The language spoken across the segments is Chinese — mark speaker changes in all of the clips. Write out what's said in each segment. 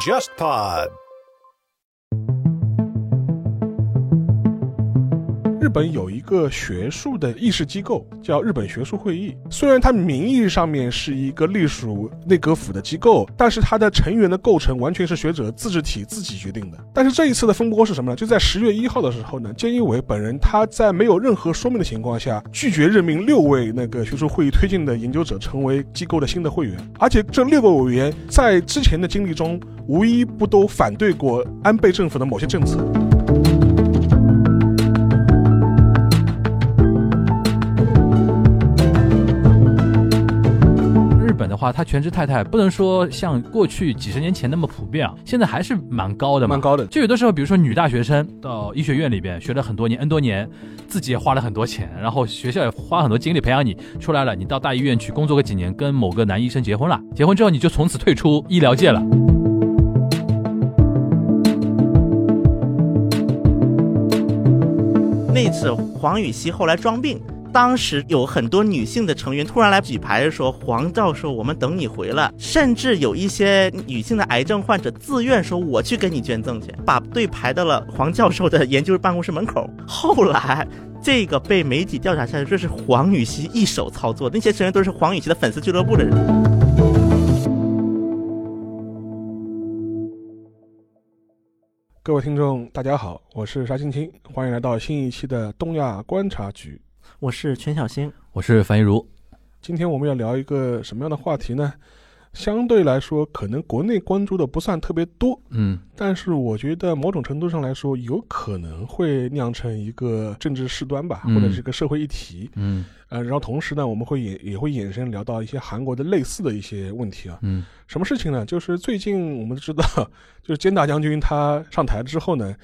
Speaker 1: JustPod。
Speaker 2: 日本有一个学术的议事机构叫日本学术会议，虽然它名义上面是一个隶属内阁府的机构，但是它的成员的构成完全是学者自治体自己决定的。但是这一次的风波是什么呢？就在十月一号的时候呢，菅义伟本人他在没有任何说明的情况下，拒绝任命六位那个学术会议推荐的研究者成为机构的新的会员，而且这六个委员在之前的经历中，无一不都反对过安倍政府的某些政策。
Speaker 3: 日本的话，它全职太太不能说像过去几十年前那么普遍啊，现在还是蛮高的嘛。
Speaker 2: 蛮高的，
Speaker 3: 就有的时候，比如说女大学生到医学院里边学了很多年，N 多年，自己也花了很多钱，然后学校也花很多精力培养你，出来了，你到大医院去工作个几年，跟某个男医生结婚了，结婚之后你就从此退出医疗界了。
Speaker 4: 那次黄禹锡后来装病，当时有很多女性的成员突然来举牌说：“黄教授，我们等你回来。”甚至有一些女性的癌症患者自愿说：“我去给你捐赠去。”把队排到了黄教授的研究办公室门口。后来。这个被媒体调查下来，这是黄禹锡一手操作，那些成员都是黄禹锡的粉丝俱乐部的人。
Speaker 2: 各位听众，大家好，我是沙青青，欢迎来到新一期的东亚观察局。
Speaker 4: 我是全小星，
Speaker 3: 我是樊一茹，
Speaker 2: 今天我们要聊一个什么样的话题呢？相对来说，可能国内关注的不算特别多，
Speaker 3: 嗯，
Speaker 2: 但是我觉得某种程度上来说，有可能会酿成一个政治事端吧，
Speaker 3: 嗯
Speaker 2: 或者是一个社会议题。
Speaker 3: 嗯
Speaker 2: 呃，然后同时呢，我们会也也会衍生聊到一些韩国的类似的一些问题啊。
Speaker 3: 嗯
Speaker 2: 什么事情呢？就是最近我们知道， 就是菅大将军他上台之后呢，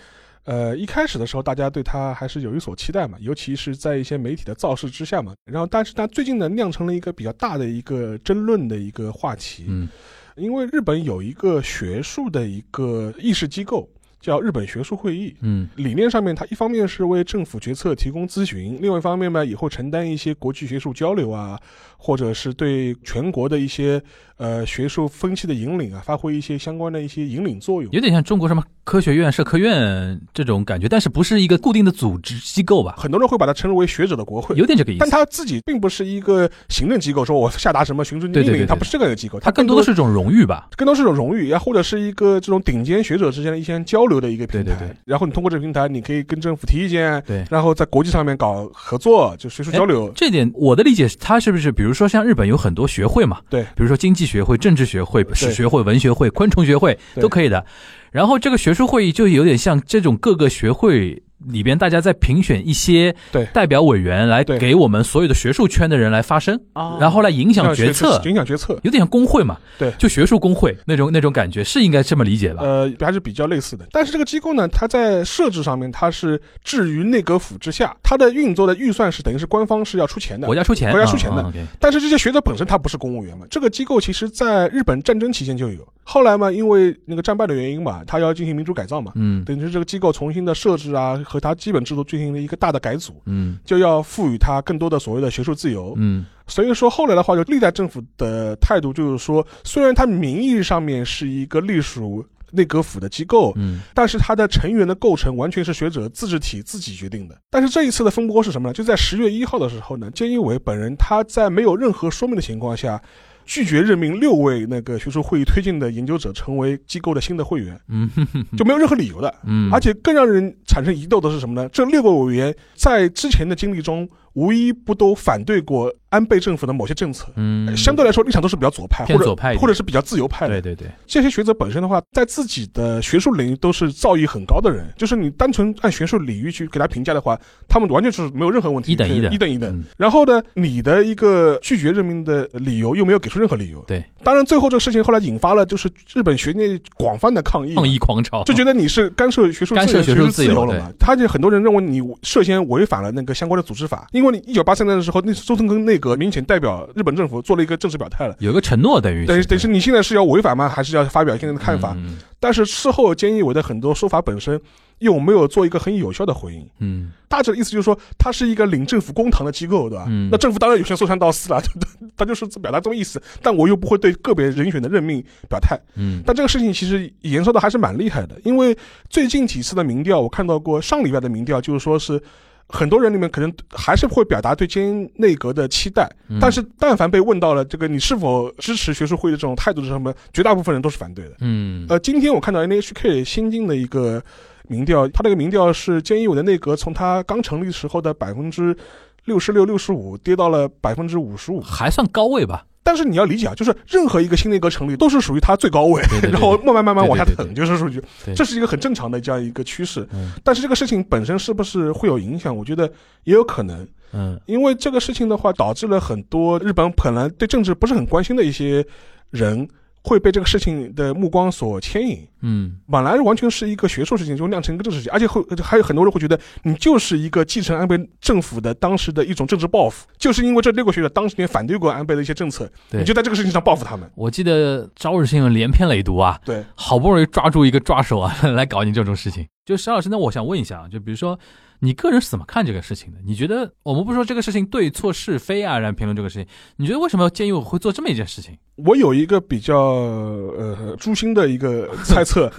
Speaker 2: 呃，一开始的时候大家对他还是有一所期待嘛，尤其是在一些媒体的造势之下嘛。然后，但是他最近呢，酿成了一个比较大的一个争论的一个话题，
Speaker 3: 嗯
Speaker 2: 因为日本有一个学术的一个议事机构叫日本学术会议，
Speaker 3: 嗯
Speaker 2: 理念上面，它一方面是为政府决策提供咨询，另外一方面呢，也会承担一些国际学术交流啊，或者是对全国的一些呃学术分析的引领啊，发挥一些相关的一些引领作用。
Speaker 3: 有点像中国什么科学院、社科院这种感觉，但是不是一个固定的组织机构吧？
Speaker 2: 很多人会把它称为学者的国会。
Speaker 3: 有点这个意
Speaker 2: 但
Speaker 3: 思。
Speaker 2: 它自己并不是一个行政机构，说我下达什么行政
Speaker 3: 对
Speaker 2: 命
Speaker 3: 对对
Speaker 2: 令，
Speaker 3: 对
Speaker 2: 它不是这样一个机构，
Speaker 3: 它更多
Speaker 2: 多
Speaker 3: 的是一种荣誉吧，
Speaker 2: 更多是一种荣誉，也或者是一个这种顶尖学者之间的一些交流的一个平台。
Speaker 3: 对对对
Speaker 2: 然后你通过这个平台，你可以跟政府提意见，
Speaker 3: 对哎
Speaker 2: 然后在国际上面搞合作，就学术交流。
Speaker 3: 这点我的理解，是，它是不是比如说像日本有很多学会嘛？
Speaker 2: 对
Speaker 3: 比如说经济学会、政治学会、史学会、文学会、昆虫学会
Speaker 2: 对
Speaker 3: 都可以的。然后这个学术会议就有点像这种各个学会里边大家在评选一些
Speaker 2: 对
Speaker 3: 代表委员来
Speaker 2: 对
Speaker 3: 给我们所有的学术圈的人来发声，
Speaker 2: 啊
Speaker 4: 哦
Speaker 3: 然后来影响
Speaker 2: 让
Speaker 3: 决策，
Speaker 2: 影响决策。
Speaker 3: 有点像工会嘛？
Speaker 2: 对
Speaker 3: 就学术工会那种那种感觉，是应该这么理解吧？
Speaker 2: 呃，还是比较类似的。但是这个机构呢，它在设置上面它是置于内阁府之下，它的运作的预算是等于是官方是要出钱的
Speaker 3: 国。家出钱，
Speaker 2: 国家出钱的
Speaker 3: 嗯嗯，OK
Speaker 2: 但是这些学者本身他不是公务员嘛，这个机构其实在日本战争期间就有，后来嘛，因为那个战败的原因嘛，他要进行民主改造嘛，
Speaker 3: 嗯
Speaker 2: 等于是这个机构重新的设置啊和它基本制度进行了一个大的改组，
Speaker 3: 嗯
Speaker 2: 就要赋予它更多的所谓的学术自由。
Speaker 3: 嗯
Speaker 2: 所以说后来的话，就历代政府的态度就是说，虽然它名义上面是一个隶属内阁府的机构，
Speaker 3: 嗯
Speaker 2: 但是它的成员的构成完全是学者自治体自己决定的。但是这一次的风波是什么呢？就在十月一号的时候呢，菅义伟本人他在没有任何说明的情况下。拒绝任命六位那个学术会议推荐的研究者成为机构的新的会员，
Speaker 3: 嗯哼哼哼
Speaker 2: 就没有任何理由的。
Speaker 3: 嗯，
Speaker 2: 而且更让人产生疑窦的是什么呢？这六个委员在之前的经历中，无一不都反对过安倍政府的某些政策。
Speaker 3: 嗯，
Speaker 2: 相对来说，立场都是比较左派，或
Speaker 3: 偏
Speaker 2: 者
Speaker 3: 左派一点
Speaker 2: 或者是比较自由派的
Speaker 3: 对。对对，
Speaker 2: 这些学者本身的话，在自己的学术领域都是造诣很高的人，就是你单纯按学术领域去给他评价的话，他们完全是没有任何问题，
Speaker 3: 一等一的
Speaker 2: 一等一的。
Speaker 3: 嗯
Speaker 2: 然后呢，你的一个拒绝任命的理由又没有给出任何理由。
Speaker 3: 对，
Speaker 2: 当然最后这个事情后来引发了就是日本学内广泛的抗议嘛，
Speaker 3: 抗议狂潮，
Speaker 2: 就觉得你是干涉学术自由
Speaker 3: 哦干涉学术
Speaker 2: 自
Speaker 3: 自由
Speaker 2: 了嘛？他就很多人认为你涉嫌违反了那个相关的组织法，因为你一九八三年的时候，那是周曾根内阁明显代表日本政府做了一个正式表态了。
Speaker 3: 有个承诺，等于
Speaker 2: 等于等于是你现在是要违反吗？还是要发表现在的看法？
Speaker 3: 嗯
Speaker 2: 但是事后菅义伟的很多说法本身又没有做一个很有效的回应。
Speaker 3: 嗯，
Speaker 2: 大致的意思就是说，它是一个领政府公堂的机构，对吧？
Speaker 3: 嗯
Speaker 2: 那政府当然有权说三道四了， 他就是表达这么意思。但我又不会对个别人选的任命表态。
Speaker 3: 嗯
Speaker 2: 但这个事情其实延烧的还是蛮厉害的，因为最近几次的民调，我看到过上礼拜的民调，就是说是很多人里面可能还是会表达对菅内阁的期待，
Speaker 3: 嗯，
Speaker 2: 但是但凡被问到了这个你是否支持学术会议的这种态度的时候，绝大部分人都是反对的。
Speaker 3: 嗯
Speaker 2: 呃，今天我看到 NHK 新进的一个民调，它那个民调是菅义伟的内阁从他刚成立时候的百分之六十六、六十五跌到了百分之五十五。
Speaker 3: 还算高位 吧，
Speaker 2: 但是你要理解啊，就是任何一个新内阁成立都是属于它最高位，
Speaker 3: 对对对
Speaker 2: 然后慢慢慢慢往下
Speaker 3: 对对对
Speaker 2: 腾，就是属于
Speaker 3: 对
Speaker 2: 这是一个很正常的这样一个趋势。
Speaker 3: 嗯
Speaker 2: 但是这个事情本身是不是会有影响？我觉得也有可能，
Speaker 3: 嗯
Speaker 2: 因为这个事情的话，导致了很多日本本来对政治不是很关心的一些人会被这个事情的目光所牵引。
Speaker 3: 嗯
Speaker 2: 本来完全是一个学术事情，就酿成一个政治事情，而且会还有很多人会觉得你就是一个继承安倍政府的当时的一种政治报复，就是因为这六个学者当时年反对过安倍的一些政策，
Speaker 3: 对
Speaker 2: 你就在这个事情上报复他们。
Speaker 3: 我记得朝日新闻连篇累牍啊，
Speaker 2: 对，
Speaker 3: 好不容易抓住一个抓手啊， 来搞你这种事情。就沈老师，那我想问一下啊，就比如说你个人是怎么看这个事情的？你觉得我们不说这个事情对错是非啊，然后评论这个事情，你觉得为什么建议我会做这么一件事情？
Speaker 2: 我有一个比较呃诛心的一个猜测，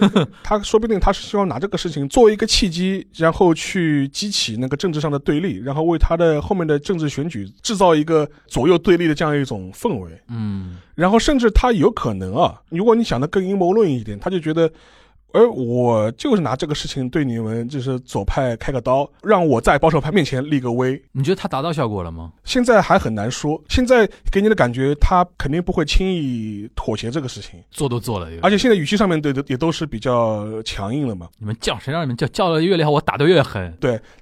Speaker 2: 他说不定他是希望拿这个事情作为一个契机，然后去激起那个政治上的对立，然后为他的后面的政治选举制造一个左右对立的这样一种氛围。
Speaker 3: 嗯
Speaker 2: 然后甚至他有可能啊，如果你想的更阴谋论一点，他就觉得，而我就是拿这个事情对你们就是左派开个刀，让我在保守派面前立个威。
Speaker 3: 你觉得它达到效果了吗？
Speaker 2: 现在还很难说，现在给你的感觉，他肯定不会轻易妥协这个事情，
Speaker 3: 做都做了，
Speaker 2: 而且现在语气上面对的也都是比较强硬了嘛。
Speaker 3: 你们叫谁让你们叫叫的越厉害，我打得越狠。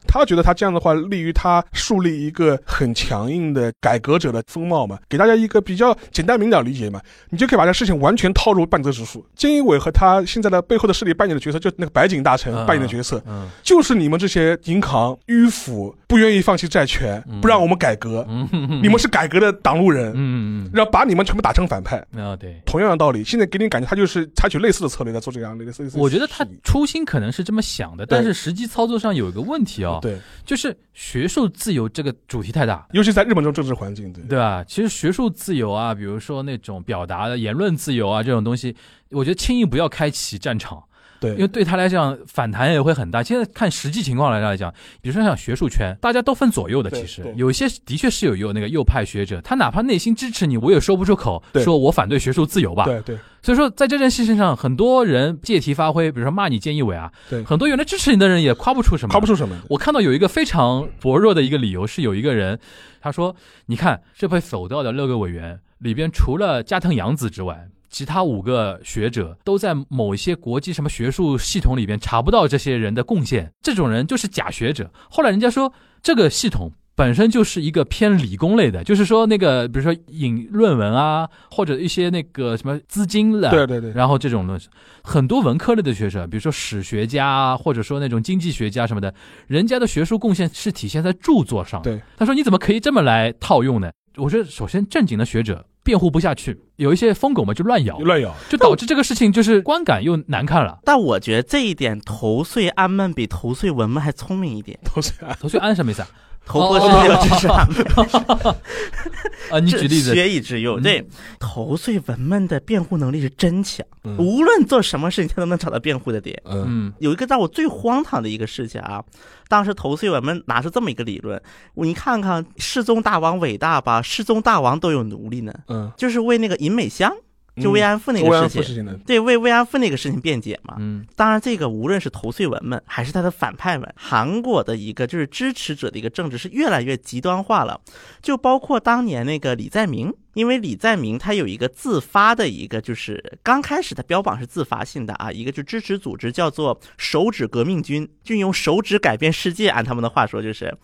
Speaker 2: 他觉得他这样的话，利于他树立一个很强硬的改革者的风貌嘛，给大家一个比较简单明了理解嘛，你就可以把这事情完全套入半泽直树。菅义伟和他现在的背后的势力扮演的角色，就那个白井大臣
Speaker 3: 嗯
Speaker 2: 扮演的角色，
Speaker 3: 嗯
Speaker 2: 就是你们这些银行迂腐、不愿意放弃债权
Speaker 3: 嗯、
Speaker 2: 不让我们改革，
Speaker 3: 嗯哼哼
Speaker 2: 你们是改革的挡路人，
Speaker 3: 嗯嗯
Speaker 2: 然后把你们全部打成反派。
Speaker 3: 嗯啊对。
Speaker 2: 同样的道理，现在给你感觉他就是采取类似的策略在做这样的类似。类似的
Speaker 3: 我觉得他
Speaker 2: 事情
Speaker 3: 初心可能是这么想的，
Speaker 2: 对
Speaker 3: 但是实际操作上有一个问题哦，
Speaker 2: 对，
Speaker 3: 就是学术自由这个主题太大，
Speaker 2: 尤其在日本这种政治环境，对
Speaker 3: 对吧？其实学术自由啊，比如说那种表达的言论自由啊，这种东西，我觉得轻易不要开启战场，因
Speaker 2: 对
Speaker 3: 为对他来讲反弹也会很大。现在看实际情况来来讲，比如说像学术圈，大家都分左右的，
Speaker 2: 对
Speaker 3: 其实
Speaker 2: 对
Speaker 3: 有一些的确是有有那个右派学者，他哪怕内心支持你，我也说不出口，
Speaker 2: 对
Speaker 3: 说我反对学术自由吧。
Speaker 2: 对对。
Speaker 3: 所以说，在这件事情上，很多人借题发挥，比如说骂你菅义伟啊，
Speaker 2: 对
Speaker 3: 很多原来支持你的人也夸不出什么，
Speaker 2: 夸不出什么。
Speaker 3: 我看到有一个非常薄弱的一个理由是，有一个人他说：“你看这被否掉的六个委员里边，除了加藤洋子之外，其他五个学者都在某一些国际什么学术系统里边查不到这些人的贡献，这种人就是假学者。”后来人家说这个系统。本身就是一个偏理工类的，就是说那个，比如说引论文啊，或者一些那个什么资金的，
Speaker 2: 对对对，
Speaker 3: 然后这种论述，很多文科类的学者，比如说史学家啊，或者说那种经济学家什么的，人家的学术贡献是体现在著作上的。
Speaker 2: 对，
Speaker 3: 他说你怎么可以这么来套用呢？我说，首先正经的学者辩护不下去，有一些疯狗嘛就乱咬，
Speaker 2: 乱咬。
Speaker 3: 就导致这个事情就是观感又难看了。
Speaker 4: 但我觉得这一点，头穗安闷比头穗文闷还聪明一点。
Speaker 2: 都是啊
Speaker 3: 头绪安什么意思啊？
Speaker 4: 头破世界
Speaker 3: 哦
Speaker 4: 之是安闷，
Speaker 3: 啊，你举例子，
Speaker 4: 学以致用。
Speaker 3: 嗯
Speaker 4: 对，头穗文闷的辩护能力是真强，
Speaker 2: 嗯
Speaker 4: 无论做什么事情，他都能找到辩护的点。
Speaker 2: 嗯
Speaker 3: 嗯
Speaker 4: 有一个让我最荒唐的一个事情啊，当时头穗文们拿出这么一个理论，你看看世宗大王伟大吧，世宗大王都有奴隶呢，
Speaker 2: 嗯，
Speaker 4: 就是为那个银美香，就慰安妇那
Speaker 2: 慰
Speaker 4: 个
Speaker 2: 安
Speaker 4: 事
Speaker 2: 妇
Speaker 4: 情，
Speaker 2: 事情呢？
Speaker 4: 对，为慰安妇那个事情辩解嘛。
Speaker 3: 嗯
Speaker 4: 当然，这个无论是头穗文们，还是他的反派们，韩国的一个就是支持者的一个政治是越来越极端化了，就包括当年那个李在明。因为李在明他有一个自发的一个，就是刚开始他标榜是自发性的啊，一个就支持组织叫做“手指革命军”，就用手指改变世界。按他们的话说，就是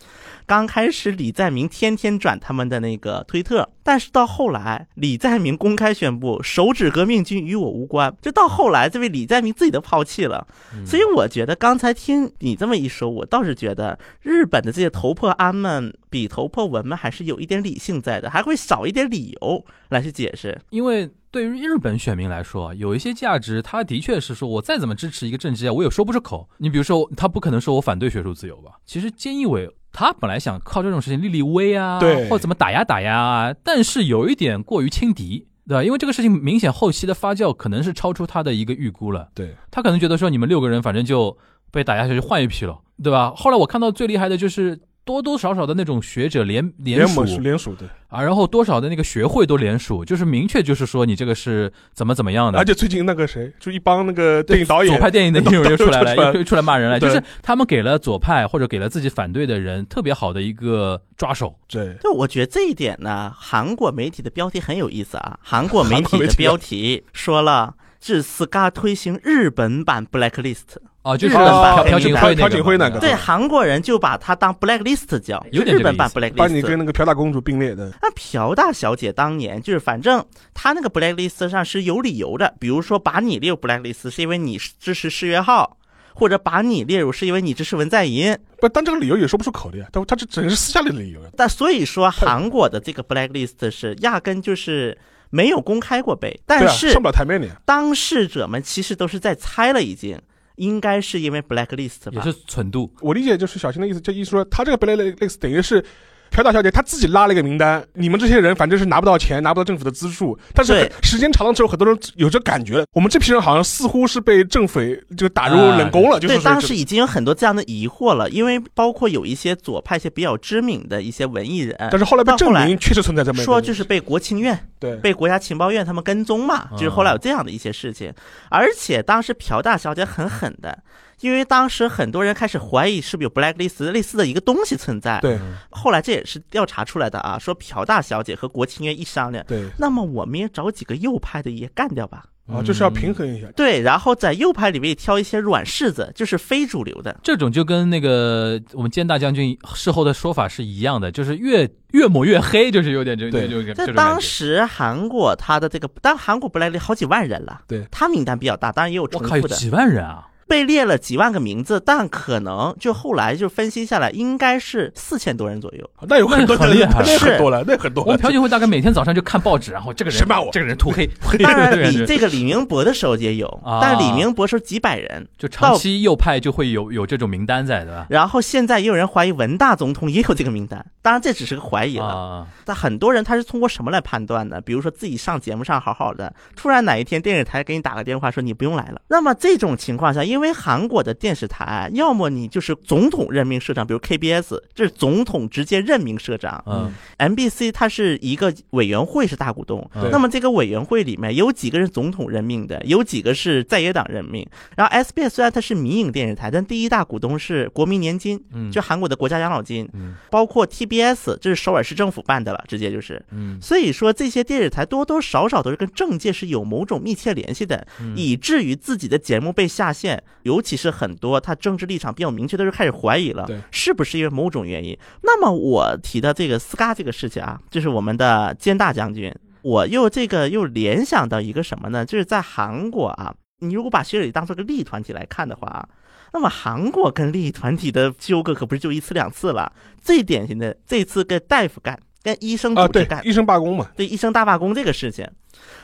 Speaker 4: 刚开始李在明天天转他们的那个推特，但是到后来李在明公开宣布“手指革命军与我无关”，就到后来这位李在明自己都抛弃了。
Speaker 3: 嗯
Speaker 4: 所以我觉得刚才听你这么一说，我倒是觉得日本的这些头破安们比头破文们还是有一点理性在的，还会少一点理由来去解释。
Speaker 3: 因为对于日本选民来说，啊有一些价值，他的确是说我再怎么支持一个政治家，我也说不出口。你比如说，他不可能说我反对学术自由吧？其实菅义伟他本来想靠这种事情立立威啊，
Speaker 2: 对
Speaker 3: 或者怎么打压打压啊，但是有一点过于轻敌。对吧？因为这个事情明显后期的发酵可能是超出他的一个预估了，
Speaker 2: 对
Speaker 3: 他可能觉得说你们六个人反正就被打压下去换一批了，对吧？后来我看到最厉害的就是多多少少的那种学者联联署
Speaker 2: 盟是联署的，
Speaker 3: 啊，然后多少的那个学会都联署，就是明确就是说你这个是怎么怎么样的
Speaker 2: 而。且最近那个谁，就一帮那个
Speaker 3: 嗯对
Speaker 2: 电影导演
Speaker 3: 左，派电影的那种人又出来了，
Speaker 2: 都出来了
Speaker 3: 又又出来骂人了，就
Speaker 2: 对
Speaker 3: 是他们给了左派或者给了自己反对的人特别好的一个抓手。
Speaker 2: 对
Speaker 4: 对，我觉得这一点呢，韩国媒体的标题很有意思啊。韩国媒
Speaker 2: 韩国
Speaker 4: 体
Speaker 2: 媒
Speaker 4: 的
Speaker 2: 体
Speaker 4: 标题说了，致 SCA 推行日本版 blacklist，
Speaker 3: 啊，就是
Speaker 4: 日本版
Speaker 3: 朴朴
Speaker 4: 朴
Speaker 3: 槿
Speaker 4: 槿
Speaker 3: 惠那
Speaker 4: 惠
Speaker 3: 个嘛，
Speaker 2: 朴槿惠那个
Speaker 4: 对韩国人就把它当 blacklist 叫，
Speaker 3: 有点
Speaker 4: 就日本版
Speaker 3: 这
Speaker 4: blacklist。
Speaker 2: 把你跟那个朴大公主并列的，
Speaker 4: 那朴大小姐当年就是，反正她那个 blacklist 上是有理由的，比如说把你列入 blacklist 是因为你支持世越号，或者把你列入是因为你支持文在寅。
Speaker 2: 不，但这个理由也说不出口的呀，但他这只是私下里的理由呀，
Speaker 4: 但所以说，韩国的这个 blacklist 是压根就是没有公开过被，
Speaker 2: 对
Speaker 4: 但
Speaker 2: 啊，
Speaker 4: 是
Speaker 2: 上不了台面的呀，
Speaker 4: 当事者们其实都是在猜了，已经应该是因为 blacklist
Speaker 3: 也
Speaker 4: 吧。
Speaker 3: 是蠢度。
Speaker 2: 我理解就是小新的意思，这意思说他这个 blacklist 等于是朴大小姐她自己拉了一个名单，你们这些人反正是拿不到钱，拿不到政府的资助，但是
Speaker 4: 对
Speaker 2: 时间长了之后，很多人有这感觉，我们这批人好像似乎是被政府就打入
Speaker 3: 啊
Speaker 2: 冷宫了，就是
Speaker 4: 对，
Speaker 2: 说
Speaker 4: 当
Speaker 2: 这
Speaker 4: 时已经有很多这样的疑惑了，因为包括有一些左派、一些比较知名的一些文艺人，
Speaker 2: 但是后来被
Speaker 4: 到
Speaker 2: 证
Speaker 4: 后来
Speaker 2: 明确实存在这么一个
Speaker 4: 说
Speaker 2: 问题
Speaker 4: 就是被国情院
Speaker 2: 对
Speaker 4: 被国家情报院他们跟踪
Speaker 3: 啊
Speaker 4: 嘛，就是后来有这样的一些事情。而且当时朴大小姐很狠的，因为当时很多人开始怀疑是不是有 blacklist 类似的一个东西存在。
Speaker 2: 对
Speaker 4: 后来这也是调查出来的啊，说朴大小姐和国情院一商量，
Speaker 2: 对
Speaker 4: 那么我们也找几个右派的也干掉吧。
Speaker 2: 啊，就是要平衡一下，
Speaker 4: 对，然后在右派里面也挑一些软柿子，就是非主流的。
Speaker 3: 这种就跟那个我们菅大将军事后的说法是一样的，就是越越抹越黑，就是有点这
Speaker 2: 对
Speaker 3: 这这种
Speaker 4: 在
Speaker 3: 感
Speaker 4: 当
Speaker 3: 觉。
Speaker 4: 时韩国，他的这个，当韩国 blacklist 好几万人了，
Speaker 2: 对
Speaker 4: 他名单比较大，当然也有
Speaker 3: 我
Speaker 4: 重
Speaker 3: 靠，有
Speaker 4: 复的。
Speaker 3: 几万人啊！
Speaker 4: 被列了几万个名字，但可能就后来就分析下来，应该是四千多人左 右。
Speaker 2: 那有很多
Speaker 3: 那很厉害
Speaker 2: 那很
Speaker 4: 是
Speaker 2: 多了，那很多
Speaker 3: 我
Speaker 2: 了
Speaker 3: 们，朴槿惠大概每天早上就看报纸，然后这个人
Speaker 2: 谁骂我
Speaker 3: 这个人涂 黑，
Speaker 4: 当然，
Speaker 3: 对
Speaker 4: 李
Speaker 3: 对对
Speaker 4: 这个李明博的时候也有
Speaker 3: 啊，
Speaker 4: 但李明博时候几百人，
Speaker 3: 就长期右派就会有有这种名单在，对吧？
Speaker 4: 然后现在也有人怀疑文大总统也有这个名单，当然这只是个怀疑了。
Speaker 3: 啊，
Speaker 4: 但很多人他是通过什么来判断的？比如说自己上节目上好好的，突然哪一天电视台给你打个电话说你不用来了。那么这种情况下，因为韩国的电视台，要么你就是总统任命社长，比如 KBS，这是总统直接任命社长，
Speaker 3: 嗯，
Speaker 4: NBC 它是一个委员会是大股东，
Speaker 3: 对
Speaker 4: 那么这个委员会里面有几个是总统任命的，有几个是在野党任命。然后 SBS 虽然它是民营电视台，但第一大股东是国民年金，
Speaker 3: 嗯
Speaker 4: 就韩国的国家养老金，
Speaker 3: 嗯
Speaker 4: 包括 TBS，这是首尔市政府办的了，直接就是。
Speaker 3: 嗯，
Speaker 4: 所以说这些电视台多多少少都是跟政界是有某种密切联系的，
Speaker 2: 嗯
Speaker 4: 以至于自己的节目被下线，尤其是很多他政治立场比较明确的就开始怀疑了
Speaker 2: 对，
Speaker 4: 是不是因为某种原因？那么我提的这个斯嘎这个事情啊，就是我们的菅大将军，我又这个又联想到一个什么呢？就是在韩国啊，你如果把学者当做个利益团体来看的话啊。那么韩国跟利益团体的纠葛可不是就一次两次了，最典型的这次跟大夫干，跟医生
Speaker 2: 啊，
Speaker 4: 组织
Speaker 2: 对
Speaker 4: 干，，
Speaker 2: 医生罢工嘛，
Speaker 4: 对医生大罢工这个事情。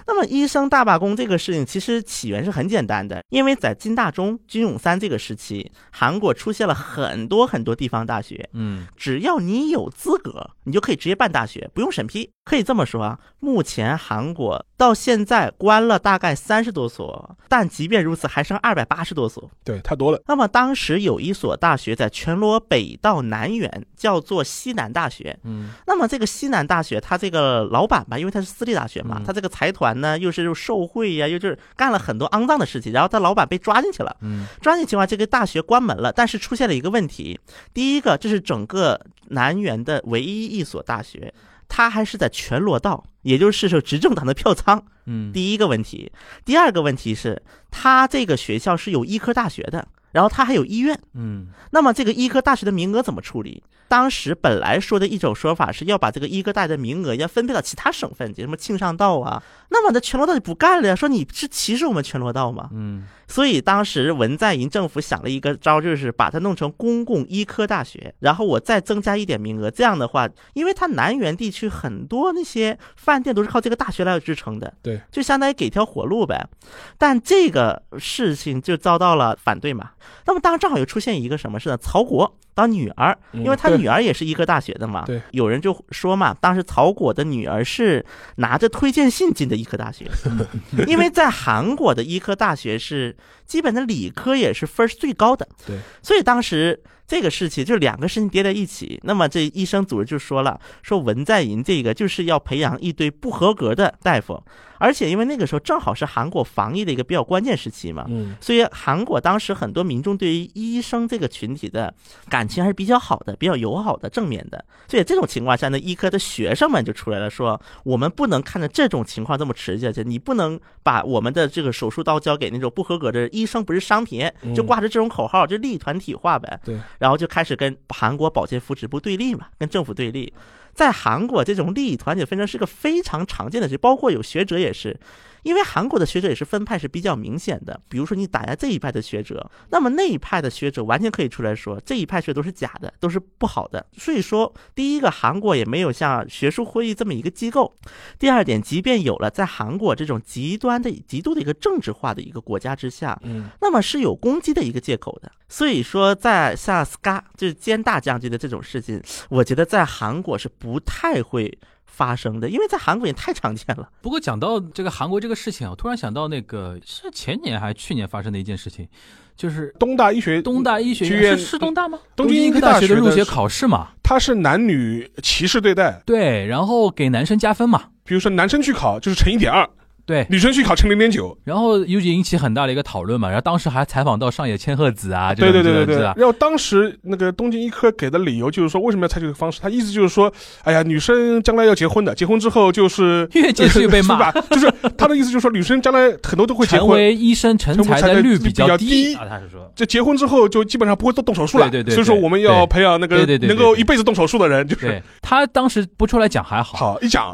Speaker 4: 那么医生大罢工这个事情其实起源是很简单的，因为在金大中、金泳三这个时期，韩国出现了很多很多地方大学，
Speaker 3: 嗯
Speaker 4: 只要你有资格，你就可以直接办大学，不用审批。可以这么说啊，目前韩国到现在关了大概三十多所，但即便如此，还剩二百八十多所。
Speaker 2: 对，太多了，
Speaker 4: 那么当时有一所大学在全罗北到南园，叫做西南大学。
Speaker 3: 嗯
Speaker 4: 那么这个西南大学，它这个老板吧，因为它是私立大学嘛
Speaker 3: 嗯，
Speaker 4: 它这个财团呢又是受贿呀、又就是干了很多肮脏的事情，然后他老板被抓进去了。
Speaker 3: 嗯
Speaker 4: 抓进去的话，这个大学关门了，但是出现了一个问题，第一个，这是整个南园的唯一一所大学。他还是在全罗道，也就是说执政党的票仓。
Speaker 3: 嗯，
Speaker 4: 第一个问题，第二个问题是，他这个学校是有医科大学的，然后他还有医院。
Speaker 3: 嗯
Speaker 4: 那么这个医科大学的名额怎么处理？当时本来说的一种说法是要把这个医科大学的名额要分配到其他省份去，什么庆尚道啊。那么那全罗道就不干了呀，说你是歧视我们全罗道吗？
Speaker 3: 嗯
Speaker 4: 所以当时文在寅政府想了一个招，就是把它弄成公共医科大学，然后我再增加一点名额。这样的话，因为它南园地区很多那些饭店都是靠这个大学来支撑的，
Speaker 2: 对，
Speaker 4: 就相当于给条活路呗。但这个事情就遭到了反对嘛。那么当时正好又出现一个什么事呢？曹国当女儿，
Speaker 2: 嗯
Speaker 4: 因为他
Speaker 2: 对
Speaker 4: 女儿也是医科大学的嘛。
Speaker 2: 对，
Speaker 4: 有人就说嘛，当时曹果的女儿是拿着推荐信进的医科大学， 因为在韩国的医科大学是基本的理科也是分儿是最高的。
Speaker 2: 对，
Speaker 4: 所以当时这个事情就两个事情叠在一起，那么这医生组织就说了，说文在寅这个就是要培养一堆不合格的大夫，而且因为那个时候正好是韩国防疫的一个比较关键时期嘛，
Speaker 2: 嗯
Speaker 4: 所以韩国当时很多民众对于医生这个群体的感情还是比较好的、比较友好的、正面的。所以这种情况下呢，医科的学生们就出来了说，我们不能看着这种情况这么持续下去，你不能把我们的这个手术刀交给那种不合格的医生，不是商品，
Speaker 2: 嗯
Speaker 4: 就挂着这种口号，就利益团体化呗。
Speaker 2: 对，
Speaker 4: 然后就开始跟韩国保健福祉部对立嘛，跟政府对立。在韩国，这种利益团体纷争是个非常常见的事，包括有学者也是，因为韩国的学者也是分派是比较明显的。比如说，你打压这一派的学者，那么那一派的学者完全可以出来说，这一派学者都是假的，都是不好的。所以说，第一个，韩国也没有像学术会议这么一个机构；第二点，即便有了，在韩国这种极端的、极度的一个政治化的一个国家之下，
Speaker 2: 嗯
Speaker 4: 那么是有攻击的一个借口的。所以说，在像 SCA 就是兼大将军的这种事情，我觉得在韩国是不太会发生的，因为在韩国也太常见了。
Speaker 3: 不过讲到这个韩国这个事情啊，我突然想到那个是前年还是去年发生的一件事情，就是
Speaker 2: 东大医学，
Speaker 3: 东大医学
Speaker 2: 去
Speaker 3: 院
Speaker 2: 年
Speaker 3: 是是东大吗？
Speaker 2: 东
Speaker 3: 京
Speaker 2: 京
Speaker 3: 医
Speaker 2: 医
Speaker 3: 科
Speaker 2: 科
Speaker 3: 大
Speaker 2: 大
Speaker 3: 学
Speaker 2: 学
Speaker 3: 的
Speaker 2: 的
Speaker 3: 入学考试嘛，
Speaker 2: 它是男女歧视对待，
Speaker 3: 对，然后给男生加分嘛，
Speaker 2: 比如说男生去考就是乘一点二，
Speaker 3: 对，
Speaker 2: 女生去考乘零点九，
Speaker 3: 然后又引起很大的一个讨论嘛，然后当时还采访到上野千鹤子啊，这
Speaker 2: 对对
Speaker 3: 种
Speaker 2: 对对
Speaker 3: 这种
Speaker 2: 对。
Speaker 3: 这种
Speaker 2: 然后当时那个东京医科给的理由就是说为什么要采取这个方式，他意思就是说，哎呀，女生将来要结婚的，结婚之后 就是
Speaker 3: 越解释越被骂
Speaker 2: 是。吧？就是他的意思就是说，女生将来很多都会结
Speaker 3: 成
Speaker 2: 婚，
Speaker 3: 为医生成才的率比较
Speaker 2: 成为成才的率比较低
Speaker 3: 啊，他是说，
Speaker 2: 这结婚之后就基本上不会动动手术了，
Speaker 3: 对对对对
Speaker 2: 所以说我们要培养那
Speaker 3: 对
Speaker 2: 个
Speaker 3: 对对对对
Speaker 2: 能够一辈子动手术的人，就是
Speaker 3: 对他当时不出来讲 还好，
Speaker 2: 好一讲，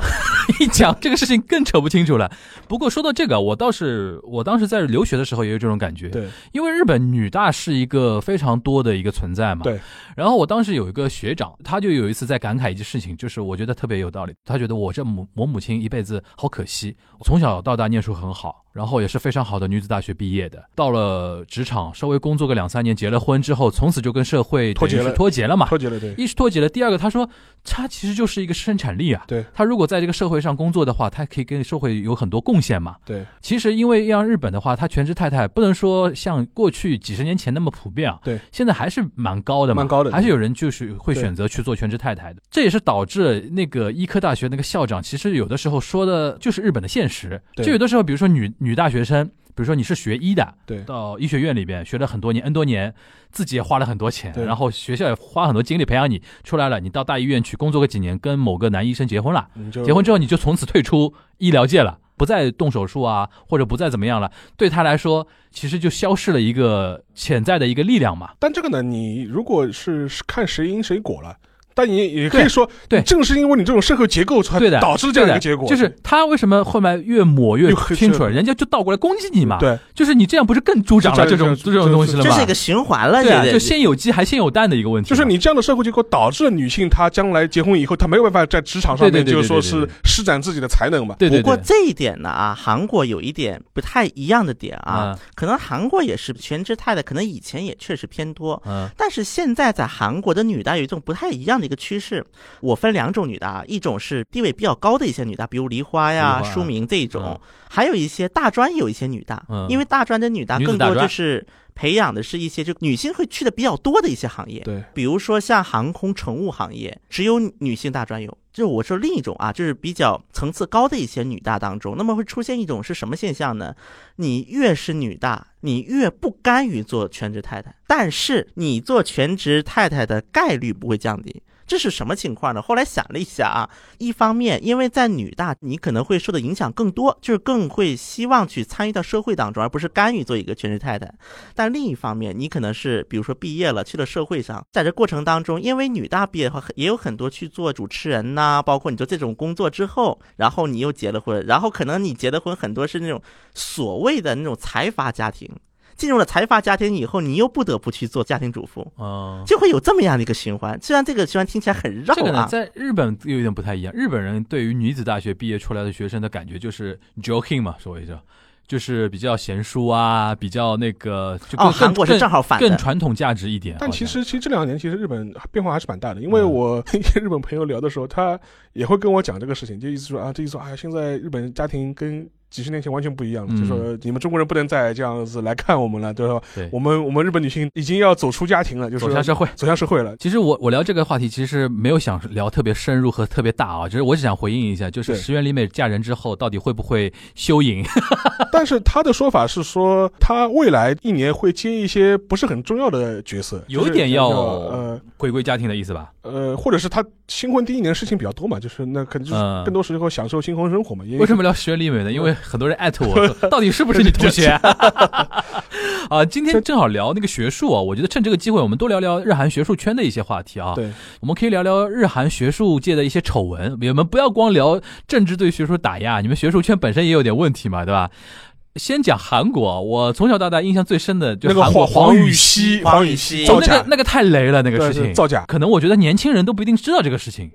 Speaker 3: 一讲这个事情更扯不清楚了。不过说到这个，我倒是我当时在留学的时候也有这种感觉，
Speaker 2: 对，
Speaker 3: 因为日本女大是一个非常多的一个存在嘛。
Speaker 2: 对。
Speaker 3: 然后我当时有一个学长，他就有一次在感慨一件事情，就是我觉得特别有道理。他觉得我这母我母亲一辈子好可惜，我从小到大念书很好，然后也是非常好的女子大学毕业的，到了职场稍微工作个两三年，结了婚之后，从此就跟社会
Speaker 2: 脱节
Speaker 3: 等于是
Speaker 2: 了
Speaker 3: 脱节了嘛。
Speaker 2: 脱节了，对，
Speaker 3: 一是脱节了，第二个他说他其实就是一个生产力啊。
Speaker 2: 对，
Speaker 3: 他如果在这个社会上工作的话，他可以跟社会有很多贡献嘛。
Speaker 2: 对，
Speaker 3: 其实因为让日本的话，他全职太太不能说像过去几十年前那么普遍啊，
Speaker 2: 对，
Speaker 3: 现在还是蛮高的嘛，
Speaker 2: 蛮高的
Speaker 3: 还是有人就是会
Speaker 2: 对
Speaker 3: 选择去做全职太太的。这也是导致那个医科大学那个校长，其实有的时候说的就是日本的现实，
Speaker 2: 对
Speaker 3: 就有的时候，比如说女女大学生。比如说你是学医的，
Speaker 2: 对
Speaker 3: 到医学院里边学了很多年，N 多年，自己也花了很多钱，
Speaker 2: 对
Speaker 3: 然后学校也花很多精力培养你，出来了，你到大医院去工作个几年，跟某个男医生结婚了，
Speaker 2: 你就
Speaker 3: 结婚之后你就从此退出医疗界了，不再动手术啊，或者不再怎么样了。对他来说，其实就消失了一个潜在的一个力量嘛。
Speaker 2: 但这个呢，你如果是看谁因谁果了，但你也可以说，
Speaker 3: 对对
Speaker 2: 正是因为你这种社会结构才
Speaker 3: 对的
Speaker 2: 导致这样
Speaker 3: 对
Speaker 2: 一
Speaker 3: 的，
Speaker 2: 个结果，
Speaker 3: 就是他为什么后面越抹越
Speaker 2: 越黑
Speaker 3: 清楚，
Speaker 2: 是
Speaker 3: 人家就倒过来攻击你嘛。，
Speaker 2: 对
Speaker 3: 就是你这样不是更助长了
Speaker 2: 就
Speaker 3: 这
Speaker 2: 这
Speaker 3: 种
Speaker 2: 就
Speaker 3: 这种东西了
Speaker 4: 这
Speaker 3: 吗
Speaker 4: 是一？个循环了，
Speaker 3: 对啊，
Speaker 4: 这
Speaker 3: 就先有鸡还先有蛋的一个问题
Speaker 2: 就
Speaker 3: 嘛。
Speaker 2: 是你这样的社会结构导致了女性她将来结婚以后，她没有办法在职场上
Speaker 3: 对对
Speaker 2: 面
Speaker 3: 对
Speaker 2: 就是说
Speaker 3: 对对对
Speaker 2: 是施展自己的才能嘛，
Speaker 3: 对对
Speaker 4: 不
Speaker 3: 对
Speaker 4: 过这一点呢啊，韩国有一点不太一样的点啊，
Speaker 3: 啊，
Speaker 4: 可能韩国也是全职太太，可能以前也确实偏多，
Speaker 3: 嗯
Speaker 4: 但是现在在韩国的女大有一种不太一样的一个趋势，我分两种女大，一种是地位比较高的一些女大，比如梨花呀、
Speaker 3: 梨花
Speaker 4: 舒明这一种，
Speaker 3: 嗯
Speaker 4: 还有一些大专有一些女大，
Speaker 3: 嗯
Speaker 4: 因为大专的女大
Speaker 3: 女子
Speaker 4: 更
Speaker 3: 大
Speaker 4: 多
Speaker 3: 专
Speaker 4: 就是培养的是一些就女性会去的比较多的一些行业，
Speaker 2: 对，
Speaker 4: 比如说像航空乘务行业，只有女性大专有。就我说另一种啊，就是比较层次高的一些女大当中，那么会出现一种是什么现象呢？你越是女大，你越不甘于做全职太太，但是你做全职太太的概率不会降低。这是什么情况呢？后来想了一下啊，一方面因为在女大，你可能会受的影响更多，就是更会希望去参与到社会当中，而不是甘于做一个全职太太。但另一方面，你可能是比如说毕业了去了社会上，在这过程当中，因为女大毕业的话，也有很多去做主持人呐、包括你做这种工作之后，然后你又结了婚，然后可能你结的婚很多是那种所谓的那种财阀家庭。进入了财阀家庭以后，你又不得不去做家庭主妇，
Speaker 3: 嗯，
Speaker 4: 就会有这么样的一个循环。虽然这个循环听起来很绕
Speaker 3: 这个呢，
Speaker 4: 啊，
Speaker 3: 在日本有点不太一样。日本人对于女子大学毕业出来的学生的感觉就是 joking 嘛，所谓的，就是比较贤淑啊，比较那个就更、
Speaker 4: 哦，韩国是
Speaker 3: 更
Speaker 4: 正好反
Speaker 3: 更
Speaker 4: 的，
Speaker 3: 传统价值一点。
Speaker 2: 但
Speaker 3: 好像
Speaker 2: 其实，其实这两年其实日本变化还是蛮大的，因为
Speaker 3: 嗯
Speaker 2: 我跟一些日本朋友聊的时候，他也会跟我讲这个事情，就意思说啊，这意思说啊，现在日本家庭跟几十年前完全不一样了，
Speaker 3: 嗯
Speaker 2: 就说你们中国人不能再这样子来看我们了，对吧？
Speaker 3: 对
Speaker 2: 我们我们日本女性已经要走出家庭了，就是
Speaker 3: 走向社会。
Speaker 2: 走向社会了。
Speaker 3: 其实我我聊这个话题，其实没有想聊特别深入和特别大啊，就是我只想回应一下，就是
Speaker 2: 对
Speaker 3: 石原里美嫁人之后到底会不会修营？
Speaker 2: 但是他的说法是说，他未来一年会接一些不是很重要的角色，
Speaker 3: 有
Speaker 2: 就是
Speaker 3: 点
Speaker 2: 叫
Speaker 3: 要
Speaker 2: 呃
Speaker 3: 回归家庭的意思吧？
Speaker 2: 呃，或者是他新婚第一年事情比较多嘛，就是那可能就是
Speaker 3: 嗯
Speaker 2: 更多时候享受新婚生活嘛。因嗯
Speaker 3: 为什么聊石原里美呢？因为很多人艾 特我说，到底是不是你同学？ 啊，今天正好聊那个学术啊，我觉得趁这个机会，我们多聊聊日韩学术圈的一些话题啊。
Speaker 2: 对，
Speaker 3: 我们可以聊聊日韩学术界的一些丑闻，我们不要光聊政治对学术打压，你们学术圈本身也有点问题嘛，对吧？先讲韩国，我从小到大印象最深的就
Speaker 2: 那
Speaker 3: 是
Speaker 2: 个
Speaker 3: 韩国
Speaker 2: 黄黄
Speaker 3: 禹
Speaker 2: 禹锡，
Speaker 4: 黄
Speaker 2: 黄
Speaker 4: 禹
Speaker 2: 禹锡
Speaker 3: 哦
Speaker 4: 锡
Speaker 2: 造
Speaker 4: 黄
Speaker 3: 那
Speaker 2: 假
Speaker 3: 个，那个太雷了，那个
Speaker 2: 对
Speaker 3: 事
Speaker 2: 是
Speaker 3: 情，
Speaker 2: 造假。
Speaker 3: 可能我觉得年轻人都不一定知道这个事情。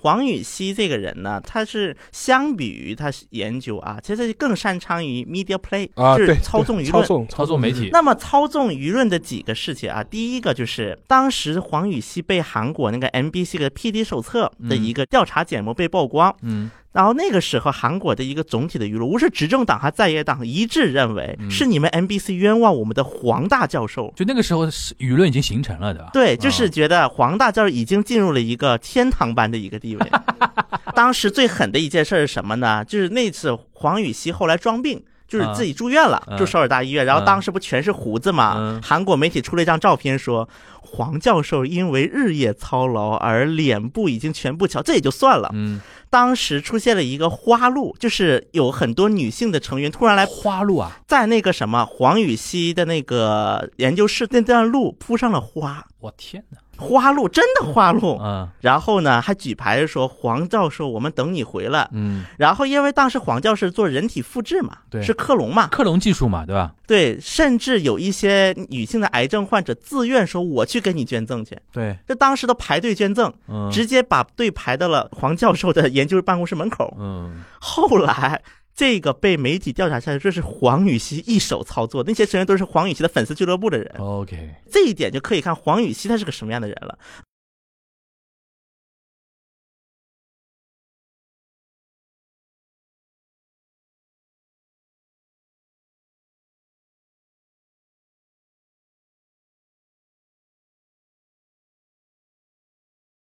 Speaker 4: 黄禹锡这个人呢，他是相比于他研究啊，其实更擅长于 media play，、
Speaker 2: 啊，
Speaker 4: 就
Speaker 2: 对，
Speaker 4: 是操纵
Speaker 2: 对
Speaker 4: 舆
Speaker 2: 操
Speaker 4: 论。
Speaker 2: 纵
Speaker 3: 操作媒。体，
Speaker 4: 那么操纵舆论的几个事情啊，第一个就是当时黄禹锡被韩国那个 MBC 的 PD 手册的一个调查简报被曝光，
Speaker 3: 嗯，
Speaker 4: 然后那个时候韩国的一个总体的舆论，无论是执政党还是在野党，一致认为
Speaker 3: 嗯
Speaker 4: 是你们 MBC 冤枉我们的黄大教授。
Speaker 3: 就那个时候是舆论已经形成了，对吧？
Speaker 4: 对，就
Speaker 3: 啊
Speaker 4: 是觉得黄大教授已经进入了一个天堂般的一个地位。 当时最狠的一件事是什么呢？就是那次黄禹锡后来装病，就是自己住院了，
Speaker 3: 啊
Speaker 4: 住首尔大医院。然后
Speaker 3: 啊
Speaker 4: 当时不全是胡子嘛？
Speaker 3: 嗯
Speaker 4: 韩国媒体出了一张照片说，黄教授因为日夜操劳而脸部已经全部瞧，这也就算了。
Speaker 3: 嗯，
Speaker 4: 当时出现了一个花路，就是有很多女性的成员突然来
Speaker 3: 花路啊，
Speaker 4: 在那个什么黄禹锡的那个研究室那段路铺上了花。
Speaker 3: 我天哪，
Speaker 4: 花路，真的花路。
Speaker 3: 嗯
Speaker 4: 然后呢，还举牌说黄教授，我们等你回来。
Speaker 3: 嗯，
Speaker 4: 然后因为当时黄教授做人体复制嘛，
Speaker 3: 对
Speaker 4: 是克隆嘛，
Speaker 3: 克隆技术嘛，对吧？
Speaker 4: 对，甚至有一些女性的癌症患者自愿说我去给你捐赠去，
Speaker 3: 对，
Speaker 4: 这当时都排队捐赠，
Speaker 3: 嗯，
Speaker 4: 直接把队排到了黄教授的研究办公室门口。
Speaker 3: 嗯，
Speaker 4: 后来。这个被媒体调查下来，这是黄禹锡一手操作，那些成员都是黄禹锡的粉丝俱乐部的人。
Speaker 3: OK，
Speaker 4: 这一点就可以看黄禹锡他是个什么样的人了。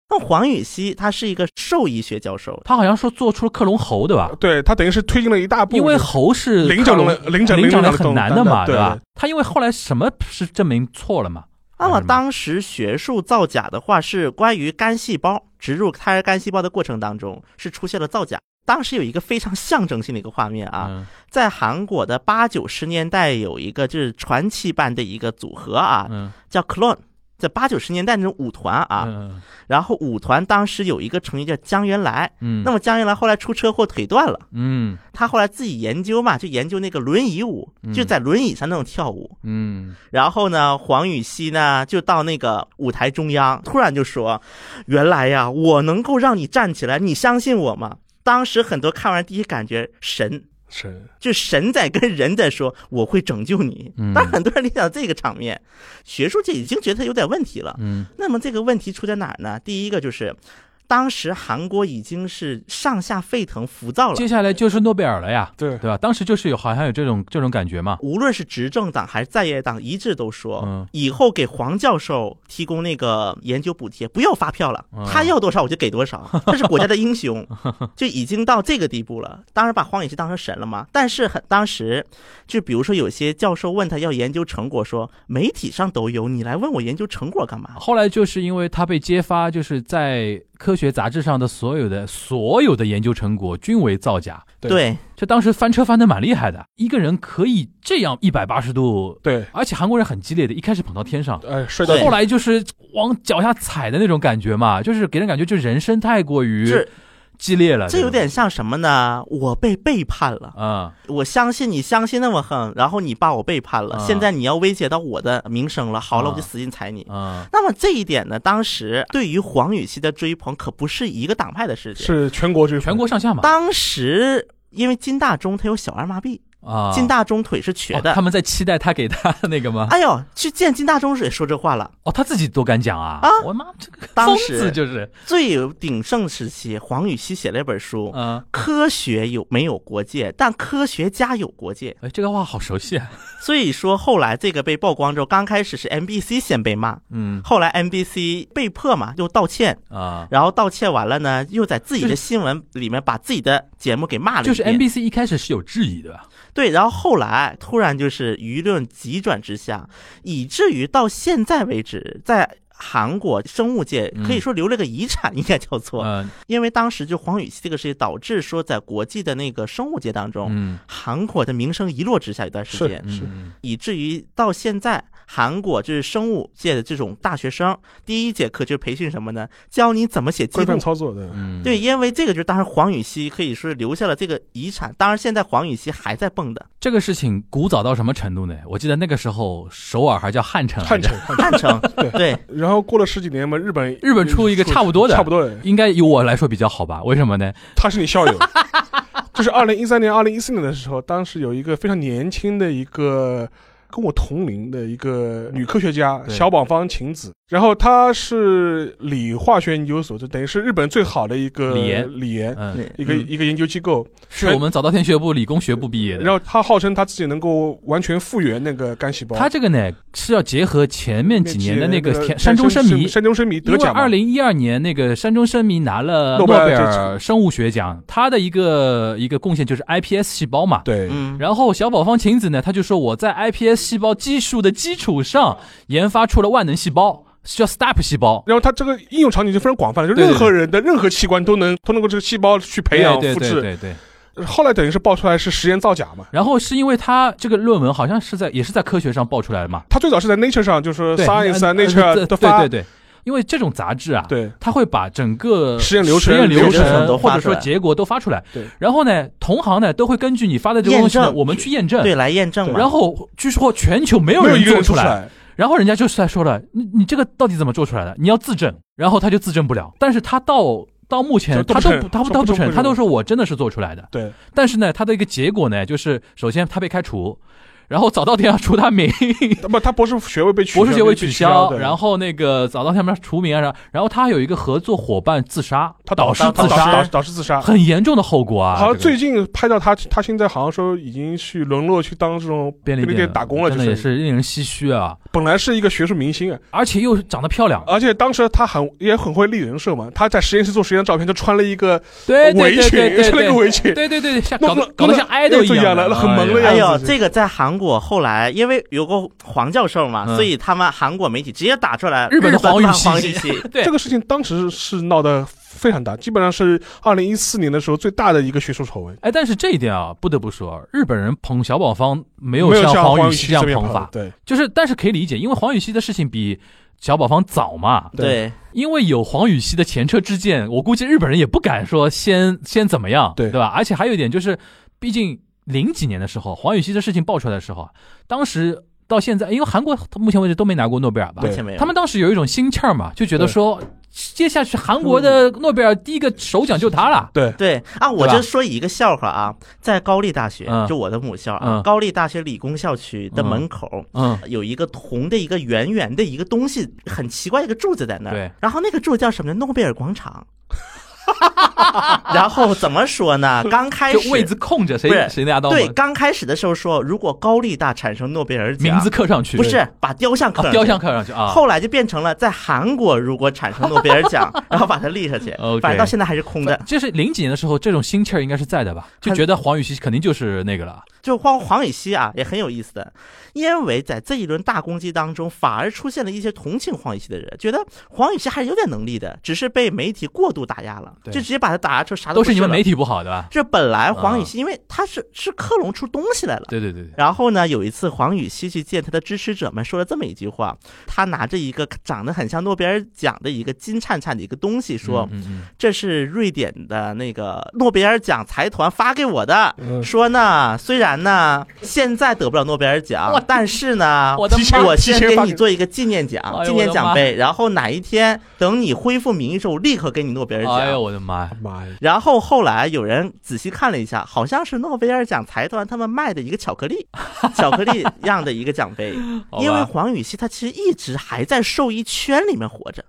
Speaker 4: 那黄禹锡他是一个兽医学教授，
Speaker 3: 他好像说做出了克隆猴，对吧？
Speaker 2: 嗯对他等于是推进了一大步，
Speaker 3: 因为
Speaker 2: 就是
Speaker 3: 猴是
Speaker 2: 灵
Speaker 3: 克
Speaker 2: 长
Speaker 3: 隆
Speaker 2: 类灵长
Speaker 3: 灵
Speaker 2: 灵长
Speaker 3: 长类
Speaker 2: 类
Speaker 3: 很
Speaker 2: 动
Speaker 3: 难
Speaker 2: 物
Speaker 3: 的
Speaker 2: 对
Speaker 3: 嘛，
Speaker 2: 对
Speaker 3: 吧
Speaker 2: 对？
Speaker 3: 他因为后来什么是证明错了嘛？
Speaker 4: 那么
Speaker 3: 还是什么
Speaker 4: 啊当时学术造假的话，是关于干细胞植入胎儿干细胞的过程当中是出现了造假。当时有一个非常象征性的一个画面啊，
Speaker 3: 嗯，
Speaker 4: 在韩国的八九十年代有一个就是传奇般的一个组合啊，
Speaker 3: 嗯
Speaker 4: 叫 Clone，在八九十年代那种舞团啊。
Speaker 3: 嗯
Speaker 4: 然后舞团当时有一个成员叫江原来，
Speaker 3: 嗯，
Speaker 4: 那
Speaker 3: 么
Speaker 4: 么江原来后来出车祸腿断了，
Speaker 3: 嗯
Speaker 4: 他后来自己研究嘛，就研究那个轮椅舞，就在轮椅上那种跳舞。
Speaker 3: 嗯
Speaker 4: 然后呢，黄禹锡呢就到那个舞台中央，突然就说：“原来呀，我能够让你站起来，你相信我吗？”当时很多看完第一感觉神，
Speaker 2: 是
Speaker 4: 就神在跟人在说：“我会拯救你。
Speaker 3: 嗯”
Speaker 4: 当然，很多人理想这个场面，学术界已经觉得他有点问题了。
Speaker 3: 嗯
Speaker 4: 那么这个问题出在哪儿呢？第一个就是。当时韩国已经是上下沸腾、浮躁了。
Speaker 3: 接下来就是诺贝尔了呀，
Speaker 2: 对
Speaker 3: 对吧？当时就是有好像有这种这种感觉嘛，
Speaker 4: 无论是执政党还是在野党，一致都说，
Speaker 3: 嗯
Speaker 4: 以后给黄教授提供那个研究补贴，不要发票了
Speaker 3: 嗯，
Speaker 4: 他要多少我就给多少，他是国家的英雄，就已经到这个地步了。当然把黄野是当成神了嘛，但是很当时，就比如说有些教授问他要研究成果说，媒体上都有，你来问我研究成果干嘛？
Speaker 3: 后来就是因为他被揭发，就是在科学杂志上的所有的所有的研究成果均为造假。
Speaker 2: 对
Speaker 4: 对
Speaker 3: 这当时翻车翻的蛮厉害的，一个人可以这样一百八十度，
Speaker 2: 对，
Speaker 3: 而且韩国人很激烈的，一开始捧到天上，
Speaker 2: 哎，摔到
Speaker 4: 对
Speaker 3: 后来就是往脚下踩的那种感觉嘛，就是给人感觉就人生太过于
Speaker 4: 这
Speaker 3: 激烈了，
Speaker 4: 这有点像什么呢？我被背叛了。
Speaker 3: 啊、
Speaker 4: 我相信你相信那么狠，然后你把我背叛了，
Speaker 3: 啊
Speaker 4: 现在你要威胁到我的名声了，好了，
Speaker 3: 啊
Speaker 4: 我就死劲踩你。
Speaker 3: 啊、
Speaker 4: 那么这一点呢，当时对于黄禹锡的追捧可不是一个党派的事情。
Speaker 2: 是全国追
Speaker 3: 全国上下嘛
Speaker 4: 当时因为金大中他有小儿麻痹，
Speaker 3: 啊，
Speaker 4: 金大中腿是瘸
Speaker 3: 哦
Speaker 4: 的。
Speaker 3: 他们在期待他给他的那个吗？
Speaker 4: 哎呦，去见金大中时也说这话了。
Speaker 3: 哦，他自己都敢讲啊！
Speaker 4: 啊
Speaker 3: 我妈这个
Speaker 4: 当
Speaker 3: 疯
Speaker 4: 时
Speaker 3: 子就是，
Speaker 4: 最鼎盛时期，黄禹锡写了一本书。
Speaker 3: 嗯，
Speaker 4: 科学有没有国界？但科学家有国界，
Speaker 3: 哎，这个话好熟悉啊，
Speaker 4: 所以说后来这个被曝光之后，刚开始是 NBC 先被骂，
Speaker 3: 嗯
Speaker 4: 后来 NBC 被迫嘛，又道歉，
Speaker 3: 啊，
Speaker 4: 然后道歉完了呢，又在自己的新闻里面把自己的节目给骂了一
Speaker 3: 就
Speaker 4: 遍。
Speaker 3: 是 NBC 一开始是有质疑的吧？
Speaker 4: 对，然后后来突然就是舆论急转直下，以至于到现在为止，在韩国生物界
Speaker 3: 嗯
Speaker 4: 可以说留了个遗产，应该叫做，
Speaker 3: 嗯
Speaker 4: 因为当时就黄禹锡这个事情，导致说在国际的那个生物界当中，
Speaker 3: 嗯
Speaker 4: 韩国的名声一落直下一段时
Speaker 2: 是
Speaker 4: 间。
Speaker 2: 是
Speaker 3: 嗯
Speaker 4: 以至于到现在，韩国就是生物界的这种大学生，第一节课就是培训什么呢？教你怎么写记
Speaker 2: 规
Speaker 4: 录
Speaker 2: 范。操作的，
Speaker 3: 嗯，
Speaker 4: 对，，因为这个就是当时黄禹锡可以说是留下了这个遗产，当然现在黄禹锡还在蹦的。
Speaker 3: 这个事情古早到什么程度呢？我记得那个时候首尔还叫汉城，
Speaker 2: 汉城。汉城
Speaker 4: 汉
Speaker 2: 对，
Speaker 4: 城 对，
Speaker 2: 然后过了十几年嘛，日本
Speaker 3: 嗯日本出一个差不多的
Speaker 2: 差不多的，
Speaker 3: 应该由我来说比较好吧？为什么呢？
Speaker 2: 他是你校友。 就是二零一三年、二零一四年的时候，当时有一个非常年轻的一个跟我同龄的一个女科学家
Speaker 3: 对
Speaker 2: 小宝方晴子，然后她是理化学研究所，就等于是日本最好的一个
Speaker 3: 理研
Speaker 2: 理研
Speaker 3: 嗯，
Speaker 4: 对
Speaker 2: 一个、
Speaker 4: 嗯
Speaker 2: 一个研究机构，
Speaker 3: 是我们早稻田学部理工学部毕业的
Speaker 2: 然。后她号称她自己能够完全复原那个干细胞。
Speaker 3: 他这个呢是要结合前面几年的那个田山中
Speaker 2: 生
Speaker 3: 伸弥，
Speaker 2: 山中生弥
Speaker 3: 因
Speaker 2: 得
Speaker 3: 为
Speaker 2: 奖嘛
Speaker 3: 二零一二年那个山中伸弥拿了
Speaker 2: 诺
Speaker 3: 诺贝
Speaker 2: 贝尔
Speaker 3: 尔生物学奖，他的一个一个贡献就是 iPS 细胞嘛。
Speaker 2: 对，
Speaker 4: 嗯，
Speaker 3: 然后小宝方晴子呢，他就说我在 iPS 细胞技术的基础上研发出了万能细胞，叫 STAP 细胞。
Speaker 2: 然后它这个应用场景就非常广泛了，就
Speaker 3: 对对
Speaker 2: 任何人的任何器官都能通过这个细胞去培养
Speaker 3: 对
Speaker 2: 复
Speaker 3: 对对
Speaker 2: 制。
Speaker 3: 对对。
Speaker 2: 后来等于是爆出来是实验造假嘛。
Speaker 3: 然后是因为他这个论文好像是在也是在科学上爆出来的嘛，
Speaker 2: 它最早是在 Nature 上，就是说
Speaker 3: 对
Speaker 2: Science 啊
Speaker 3: 呃呃
Speaker 2: Nature 啊
Speaker 3: 对
Speaker 2: 都
Speaker 3: 对
Speaker 2: 发
Speaker 3: 对对，因为这种杂志啊，
Speaker 2: 对
Speaker 3: 他会把整个
Speaker 2: 实验流程
Speaker 3: 实验流
Speaker 4: 流程
Speaker 3: 程
Speaker 4: 都
Speaker 3: 或
Speaker 4: 发
Speaker 3: 者
Speaker 4: 出
Speaker 3: 说
Speaker 4: 来
Speaker 3: 结果都发出来。
Speaker 2: 对
Speaker 3: 然后呢，同行呢都会根据你发的这个
Speaker 4: 验
Speaker 3: 东西呢，
Speaker 4: 证
Speaker 3: 我们去验证。
Speaker 4: 对，来验证嘛。
Speaker 3: 然后据说全球没有
Speaker 2: 没有
Speaker 3: 人
Speaker 2: 一个
Speaker 3: 做
Speaker 2: 人
Speaker 3: 出
Speaker 2: 出
Speaker 3: 来，
Speaker 2: 来。
Speaker 3: 然后人家就在说了，你你这个到底怎么做出来的？你要自证，然后他就自证不了。但是他到到目前
Speaker 2: 就都
Speaker 3: 他
Speaker 2: 不
Speaker 3: 都
Speaker 2: 承
Speaker 3: 不他
Speaker 2: 说不
Speaker 3: 他不
Speaker 2: 承
Speaker 3: 承认，
Speaker 2: 不
Speaker 3: 他都
Speaker 2: 承
Speaker 3: 说我真的是做出来的。
Speaker 2: 对，
Speaker 3: 但是呢，他的一个结果呢，就是首先他被开除，然后早稻田要除他名，
Speaker 2: 不，他博士学位被取消
Speaker 3: 博士学位取消，
Speaker 2: 对
Speaker 3: 然后那个早稻田要除名啊，然后然后他有一个合作伙伴自杀，
Speaker 2: 他
Speaker 3: 导
Speaker 2: 师
Speaker 3: 师
Speaker 2: 导
Speaker 3: 自
Speaker 4: 导
Speaker 3: 杀
Speaker 2: 导，导师自杀。
Speaker 3: 很严重的后果啊。
Speaker 2: 好像
Speaker 3: 这个
Speaker 2: 最近拍到他，他现在好像说已经去沦落去当这种
Speaker 3: 便利
Speaker 2: 利
Speaker 3: 店啊
Speaker 2: 店打工了，
Speaker 3: 真的也
Speaker 2: 就是
Speaker 3: 令人唏嘘啊，
Speaker 2: 本来是一个学术明星啊，
Speaker 3: 而且又长得漂亮，
Speaker 2: 而且当时他很也很会立人设嘛，他在实验室做实验照片就穿了一个
Speaker 3: 哎对对
Speaker 2: 围
Speaker 3: 对
Speaker 2: 裙，
Speaker 3: 对对
Speaker 2: 穿了一个
Speaker 3: 对。
Speaker 2: 围裙，
Speaker 3: 对对对，像
Speaker 2: 弄
Speaker 3: 搞得
Speaker 2: 得
Speaker 3: 搞得
Speaker 2: 弄得
Speaker 3: 像 idol
Speaker 2: 又这
Speaker 3: 样
Speaker 2: 样
Speaker 3: 的，
Speaker 2: 了很萌的
Speaker 3: 哎呀
Speaker 4: 哎
Speaker 2: 样
Speaker 4: 呦，
Speaker 2: 子
Speaker 4: 这个在韩国后来，因为有个黄教授嘛，
Speaker 3: 嗯
Speaker 4: 所以他们韩国媒体直接打出来
Speaker 3: 日本的黄
Speaker 4: 黄
Speaker 3: 禹锡
Speaker 4: 禹锡，
Speaker 3: 对
Speaker 2: 这个事情当时是闹得非常大，基本上是二零一四年的时候最大的一个学术丑闻，
Speaker 3: 哎，但是这一点啊，不得不说，日本人捧小宝方
Speaker 2: 没
Speaker 3: 没有像
Speaker 2: 像
Speaker 3: 黄禹
Speaker 2: 禹
Speaker 3: 锡
Speaker 2: 锡
Speaker 3: 这样
Speaker 2: 这边
Speaker 3: 捧法，
Speaker 2: 对
Speaker 3: 就是但是可以理解，因为黄禹锡的事情比小宝方早嘛，
Speaker 4: 对，
Speaker 3: 因为有黄禹锡的前车之鉴，我估计日本人也不敢说先先怎么样，
Speaker 2: 对
Speaker 3: 对吧？而且还有一点就是，毕竟零几年的时候，黄禹锡的事情爆出来的时候啊，当时到现在，因为韩国目前为止都没拿过诺贝尔吧
Speaker 2: 对
Speaker 4: 目，前没有。
Speaker 3: 他们当时有一种心气儿嘛，就觉得说接下去韩国
Speaker 4: 嗯
Speaker 3: 的诺贝尔第一个首奖就他了。
Speaker 2: 对，
Speaker 4: 对啊，我
Speaker 3: 对吧
Speaker 4: 就说一个笑话啊，在高丽大学
Speaker 3: 嗯，
Speaker 4: 就我的母校啊
Speaker 3: 嗯，
Speaker 4: 高丽大学理工校区的
Speaker 3: 嗯
Speaker 4: 门口
Speaker 3: 嗯，
Speaker 4: 有一个红的一个圆圆的一个东西，很奇怪一个柱子在那儿。
Speaker 3: 对，
Speaker 4: 然后那个柱叫什么呢？诺贝尔广 场。然后怎么说呢？刚开
Speaker 3: 就
Speaker 4: 始
Speaker 3: 位置空着，谁
Speaker 4: 不是
Speaker 3: 谁拿到嘛
Speaker 4: 对，刚开始的时候说，如果高丽大产生诺贝尔 奖，
Speaker 3: 名字刻上去，
Speaker 4: 不是把雕像刻
Speaker 3: 啊
Speaker 4: 上去
Speaker 3: 雕像刻上去啊。
Speaker 4: 后来就变成了在韩国如果产生诺贝尔奖， 然后把它立下去
Speaker 3: OK，
Speaker 4: 反正到现在还是空的。
Speaker 3: 就是零几年的时候，这种心气儿应该是在的吧？就觉得黄禹锡肯定就是那个了。
Speaker 4: 就黄黄禹锡啊，也很有意思的，因为在这一轮大攻击当中，反而出现了一些同情黄禹锡的人，觉得黄禹锡还是有点能力的，只是被媒体过度打压了，
Speaker 3: 对
Speaker 4: 就直接把他打压成啥
Speaker 3: 都
Speaker 4: 不
Speaker 3: 是你们媒
Speaker 4: 了。
Speaker 3: 体啊不好，对吧？
Speaker 4: 这本来黄禹锡，因为他是是克隆出东西来了，
Speaker 3: 对对对对，
Speaker 4: 然后呢，有一次黄禹锡去见他的支持者们，说了这么一句话，他拿着一个长得很像诺贝尔奖的一个金灿灿的一个东西，说
Speaker 3: 嗯嗯
Speaker 4: 这是瑞典的那个诺贝尔奖财团发给我的。
Speaker 2: 嗯，
Speaker 4: 说呢，虽然呢现在得不了诺贝尔
Speaker 3: 我
Speaker 4: 奖，但是呢
Speaker 3: 嗯，，我的
Speaker 2: 提前
Speaker 3: 妈！
Speaker 4: 我
Speaker 2: 提
Speaker 4: 先
Speaker 2: 前
Speaker 4: 给
Speaker 2: 发
Speaker 4: 你
Speaker 2: 给
Speaker 4: 做一个纪念奖，
Speaker 3: 哎呦
Speaker 4: 纪
Speaker 3: 我的
Speaker 4: 念
Speaker 3: 妈
Speaker 4: 奖杯，然后哪一天等你恢复名誉时候，我立刻给你诺贝尔奖。
Speaker 3: 哎呦我的妈呀！
Speaker 2: 妈呀，
Speaker 4: 然后后来有人仔细看了一下，好像是诺贝尔奖财团他们卖的一个巧 克力，巧克力样的一个奖杯。
Speaker 3: 好吧
Speaker 4: 因为黄禹锡他其实一直还在兽医圈里面活着，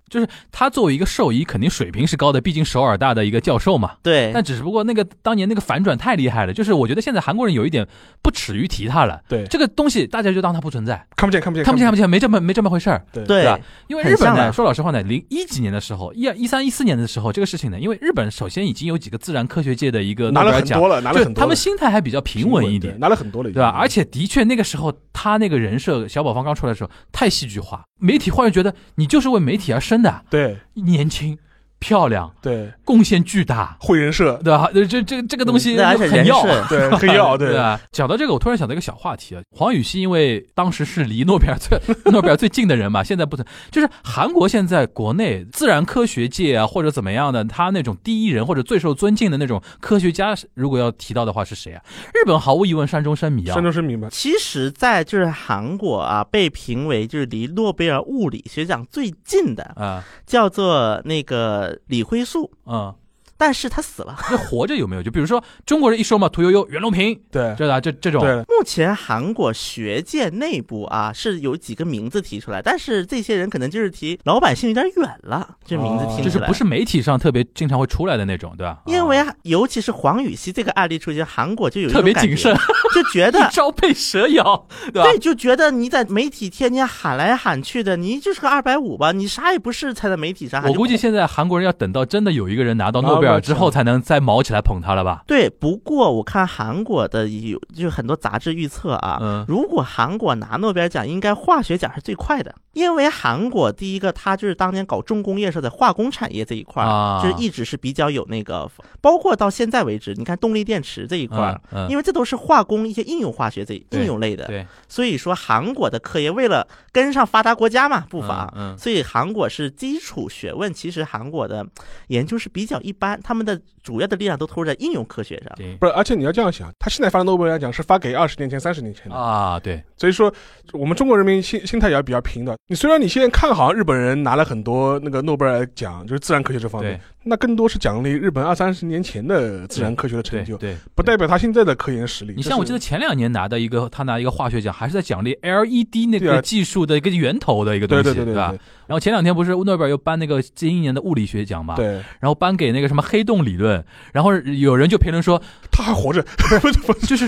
Speaker 3: 他作为一个兽医，肯定水平是高的，毕竟首尔大的一个教授嘛。
Speaker 2: 哎
Speaker 4: 对
Speaker 3: 但，只不过那个当年那个反转太厉害了，就是我觉得现在韩国人有一点不耻于提他了。
Speaker 2: 对
Speaker 3: 这个东西，大家就当它不存在，
Speaker 2: 看不见，看不见，
Speaker 3: 看不见看不见，没这么没这么回事儿。
Speaker 2: 见，
Speaker 4: 对
Speaker 3: 对吧因为
Speaker 4: 很
Speaker 3: 日本
Speaker 4: 像
Speaker 3: 呢，
Speaker 2: 啊
Speaker 4: 了
Speaker 3: 说老实话呢，零一几年的时候，一二一三一四年的时候，这个事情呢，因为日本首先已经有几个自然科学界的一个
Speaker 2: 拿
Speaker 3: 诺贝
Speaker 2: 了
Speaker 3: 尔
Speaker 2: 很
Speaker 3: 奖
Speaker 2: 多，了，拿了
Speaker 3: 就
Speaker 2: 很多了，
Speaker 3: 他们心态还比较平稳一
Speaker 2: 对
Speaker 3: 点，
Speaker 2: 拿了很多了，
Speaker 3: 对吧？而
Speaker 2: 且
Speaker 3: 且的确，那个时候他那个人设，小宝方刚出来的时候太戏剧化，媒体忽然觉得你就是为媒体而生的，
Speaker 2: 对
Speaker 3: 年轻、漂亮、
Speaker 2: 对，
Speaker 3: 贡献巨大，
Speaker 2: 会人设，
Speaker 3: 对吧？呃这这这个东西
Speaker 2: 嗯
Speaker 4: 对而且
Speaker 3: 很
Speaker 4: 人
Speaker 3: 要。啊
Speaker 2: 对
Speaker 4: 设
Speaker 2: 黑曜，对
Speaker 3: 对啊吧？讲到这个，我突然想到一个小话题啊。黄禹锡因为当时是离诺贝尔最 诺贝尔最近的人嘛，现在不存，就是韩国现在国内自然科学界啊，或者怎么样的，他那种第一人或者最受尊敬的那种科学家，如果要提到的话是谁啊？日本毫无疑问山中伸弥啊
Speaker 2: 山，中生明白，
Speaker 4: 其实，在就是韩国啊，被评为就是离诺贝尔物理学奖最近的，
Speaker 3: 啊
Speaker 4: 叫做那个李辉素，
Speaker 3: 嗯，
Speaker 4: 但是他死了。
Speaker 3: 那活着有没有？就比如说中国人一说嘛，屠呦呦、袁隆平，
Speaker 2: 对
Speaker 3: 对吧？这这种，
Speaker 2: 对，
Speaker 4: 目前韩国学界内部啊是有几个名字提出来，但是这些人可能就是提老百姓有点远了，这名字
Speaker 2: 哦
Speaker 4: 听起来、
Speaker 3: 就是不是哦媒体上特别经常会出来的那种，对吧？
Speaker 4: 因为啊尤其是黄禹锡这个案例出现，韩国就有一
Speaker 3: 特
Speaker 4: 种
Speaker 3: 别
Speaker 4: 感觉
Speaker 3: 谨慎，，
Speaker 4: 就觉得
Speaker 3: 一朝被蛇咬，对吧
Speaker 4: 对，？就觉得你在媒体天天喊来喊去的，你就是个二百五吧，你啥也不是，才在媒体上喊。
Speaker 3: 我估计现在韩国人要等到真的有一个人拿到诺贝尔之后，才能再毛起来捧他了吧？
Speaker 4: 对，不过我看韩国的有就很多杂志预测啊，
Speaker 3: 嗯
Speaker 4: 如果韩国拿诺贝尔奖，应该化学奖是最快的，因为韩国第一个它就是当年搞重工业时候，在化工产业这一块儿、
Speaker 3: 啊
Speaker 4: 就是一直是比较有那个，包括到现在为止，你看动力电池这一块儿。
Speaker 3: 嗯，
Speaker 4: 因为这都是化工一些应用化学这
Speaker 3: 对
Speaker 4: 应用类的，
Speaker 3: 对
Speaker 4: 所以说韩国的科研为了跟上发达国家嘛步伐，
Speaker 3: 嗯嗯
Speaker 4: 所以韩国是基础学问，其实韩国的研究是比较一般，他们的主要的力量都投入在应用科学上。
Speaker 3: 对
Speaker 2: 不是，而且你要这样想，他现在发的诺贝尔奖是发给二十年前、三十年前的，
Speaker 3: 啊，对，
Speaker 2: 所以说我们中国人民心心态也要比较平的。你虽然你现在看好像日本人拿了很多那个诺贝尔奖，就是自然科学这方面
Speaker 3: 对，
Speaker 2: 那更多是奖励日本二三十年前的自然科学的成
Speaker 3: 对
Speaker 2: 就，
Speaker 3: 对，
Speaker 2: 不代表他现在的科研实力。
Speaker 3: 你像我记得前两年拿的一个，他拿一个化学奖，还是在奖励 LED 那
Speaker 2: 对啊
Speaker 3: 个技术的一个源头的一个东
Speaker 2: 对
Speaker 3: 西，
Speaker 2: 对对对
Speaker 3: 吧？然后前两天不是诺贝尔又颁那个近一年的物理学奖嘛，，
Speaker 2: 对，
Speaker 3: 然后颁给那个什么黑洞理论，然后有人就评论说，
Speaker 2: 他还 活着，
Speaker 3: 就是